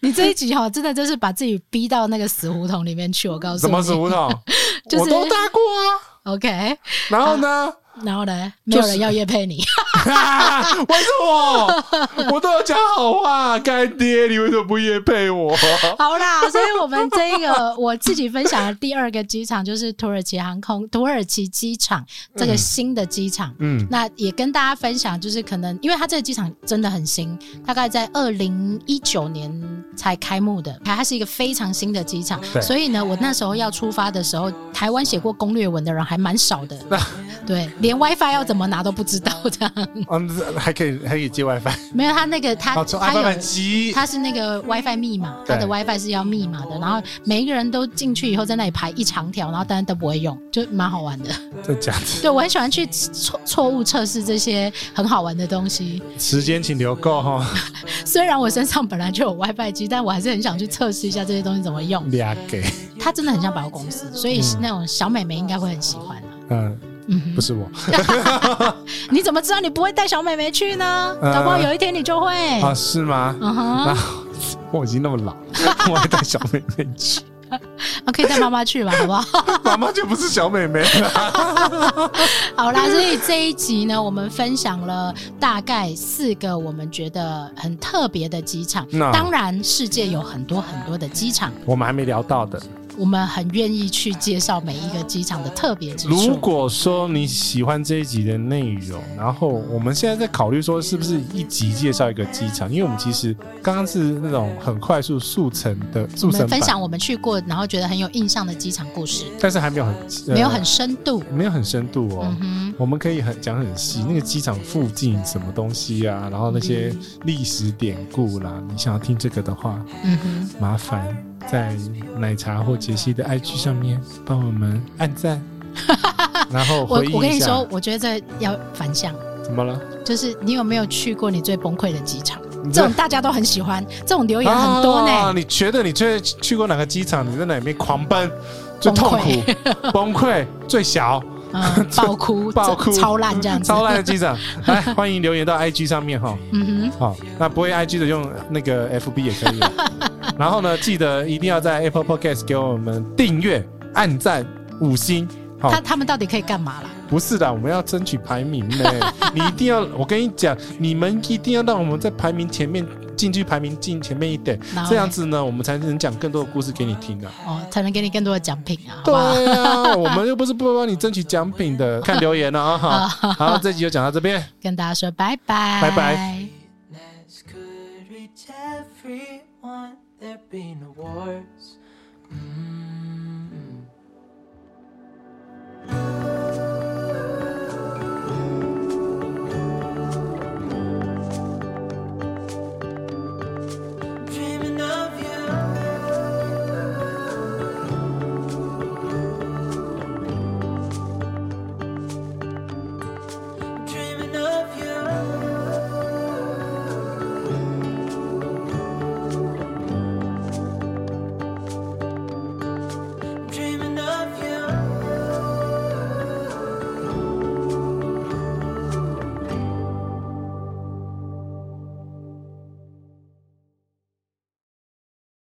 Speaker 1: 你这一集哈、真的就是把自己逼到那个死胡同里面去。我告诉
Speaker 2: 什
Speaker 1: 你，
Speaker 2: 么是胡同？
Speaker 1: (laughs) 就是
Speaker 2: 我都搭过啊。
Speaker 1: OK，
Speaker 2: 然后呢？
Speaker 1: 然后呢，没
Speaker 2: 就
Speaker 1: 有
Speaker 2: 是
Speaker 1: 人要叶配你，
Speaker 2: 啊！为什么？我都有讲好话，干爹，你为什么不夜配我？
Speaker 1: 好啦，所以我们这个我自己分享的第二个机场就是土耳其航空土耳其机场这个新的机场。 (laughs)
Speaker 2: 嗯，
Speaker 1: 那也跟大家分享，就是可能因为它这个机场真的很新，大概在二零一九年才开幕的，它是一个非常新的机场，
Speaker 2: 对
Speaker 1: 所以呢，我那时候要出发的时候，台湾写过攻略文的人还蛮少的，对，连 WiFi 要怎么拿都不知道的，
Speaker 2: 嗯，还可以还可以接 WiFi，
Speaker 1: 没有他那个他
Speaker 2: 好，从
Speaker 1: 他
Speaker 2: WiFi
Speaker 1: 有。
Speaker 2: 机，
Speaker 1: 它是那个 WiFi 密码，它的
Speaker 2: 对
Speaker 1: WiFi 是要密码的，然后每一个人都进去以后在那里排一长条，然后大家都不会用，就蛮好玩的。 (laughs)
Speaker 2: 这假的，
Speaker 1: 对我很喜欢去错错误测试这些很好玩的东西。
Speaker 2: 时间请留够哈，
Speaker 1: 虽然我身上本来就有 WiFi 机，但我还是很想去测试一下这些东西怎么用。
Speaker 2: 俩给，
Speaker 1: 它真的很像百货公司，所以那种小美眉应该会很喜
Speaker 2: (laughs)
Speaker 1: 欢、啊。 (laughs)
Speaker 2: 嗯，
Speaker 1: 嗯
Speaker 2: 不是我
Speaker 1: 哼，你怎么知道你不会带小美眉去呢？
Speaker 2: 呃
Speaker 1: 搞不好有一天你就会。
Speaker 2: 啊，是吗？
Speaker 1: 嗯
Speaker 2: 然
Speaker 1: 哼，
Speaker 2: 后我已经那么老 (laughs) 了，我还带小妹妹去，
Speaker 1: 啊可以带妈妈去吧，好不好？
Speaker 2: (laughs) 妈妈就不是小妹妹了。
Speaker 1: 好啦，所以这一集呢，我们分享了大概四个我们觉得很特别的机场。
Speaker 2: 那
Speaker 1: 当然，世界有很多很多的机场，
Speaker 2: 我们还没聊到的，
Speaker 1: 我们很愿意去介绍每一个机场的特别之
Speaker 2: 如
Speaker 1: 处。
Speaker 2: 果说你喜欢这一集的内容，然后我们现在在考虑说是不是一集介绍一个机场，因为我们其实刚刚是那种很快速速成的
Speaker 1: 我
Speaker 2: 速成版
Speaker 1: 们分，享我们去过，然后觉得很有印象的机场故事，
Speaker 2: 但是还没有很、呃
Speaker 1: 没有很深度。
Speaker 2: 没有很深度哦。
Speaker 1: 嗯
Speaker 2: 我们可以很讲很细，那个机场附近什么东西啊，然后那
Speaker 1: 嗯
Speaker 2: 些历史典故啦。你想要听这个的话，
Speaker 1: 哼，嗯哼，
Speaker 2: 麻烦在奶茶或杰西的 IG 上面帮我们按赞，
Speaker 1: (laughs)
Speaker 2: 然后
Speaker 1: 我
Speaker 2: 回应
Speaker 1: 我跟
Speaker 2: 一
Speaker 1: 你
Speaker 2: 下
Speaker 1: 说，。我觉得这要反向，
Speaker 2: 怎么了？
Speaker 1: 就是你有没有去过你最崩溃的机场？
Speaker 2: 你
Speaker 1: 这
Speaker 2: 在
Speaker 1: 种大家都很喜欢，这种留言哦很多呢。
Speaker 2: 啊你觉得你最去过哪个机场？你在哪里面狂奔？最痛苦、
Speaker 1: (laughs)
Speaker 2: 崩溃、最小、
Speaker 1: 嗯，爆
Speaker 2: (laughs)
Speaker 1: 哭，
Speaker 2: 爆哭
Speaker 1: 这超烂这样子，
Speaker 2: 超烂的机
Speaker 1: (laughs)
Speaker 2: 场，来欢迎留言到 IG 上面哈。
Speaker 1: 嗯哼，
Speaker 2: 好，那不会 IG 的用那个 FB 也
Speaker 1: (laughs)
Speaker 2: 可以。然后呢，记得一定要在 Apple Podcast 给我们订阅、按赞、五星。好
Speaker 1: 他，他们到底可以干嘛啦？
Speaker 2: 不是的，我们要争
Speaker 1: (laughs)
Speaker 2: 取排名呢。你一定要，我跟你讲，你们一定要让我们在排名前面进去排名进前面一点
Speaker 1: 然，后
Speaker 2: 这样子呢，我们才能讲更多的故事给你听啊。
Speaker 1: 哦，才能给你更多的奖品啊，好不好？
Speaker 2: 对啊，我们又不是不帮你争取奖品的，看留言了啊！哈，好，这集就讲到这边。
Speaker 1: 跟大家说拜拜，
Speaker 2: 拜拜。
Speaker 4: Nets could reach everyone. There'd be no wars. Mm-hmm.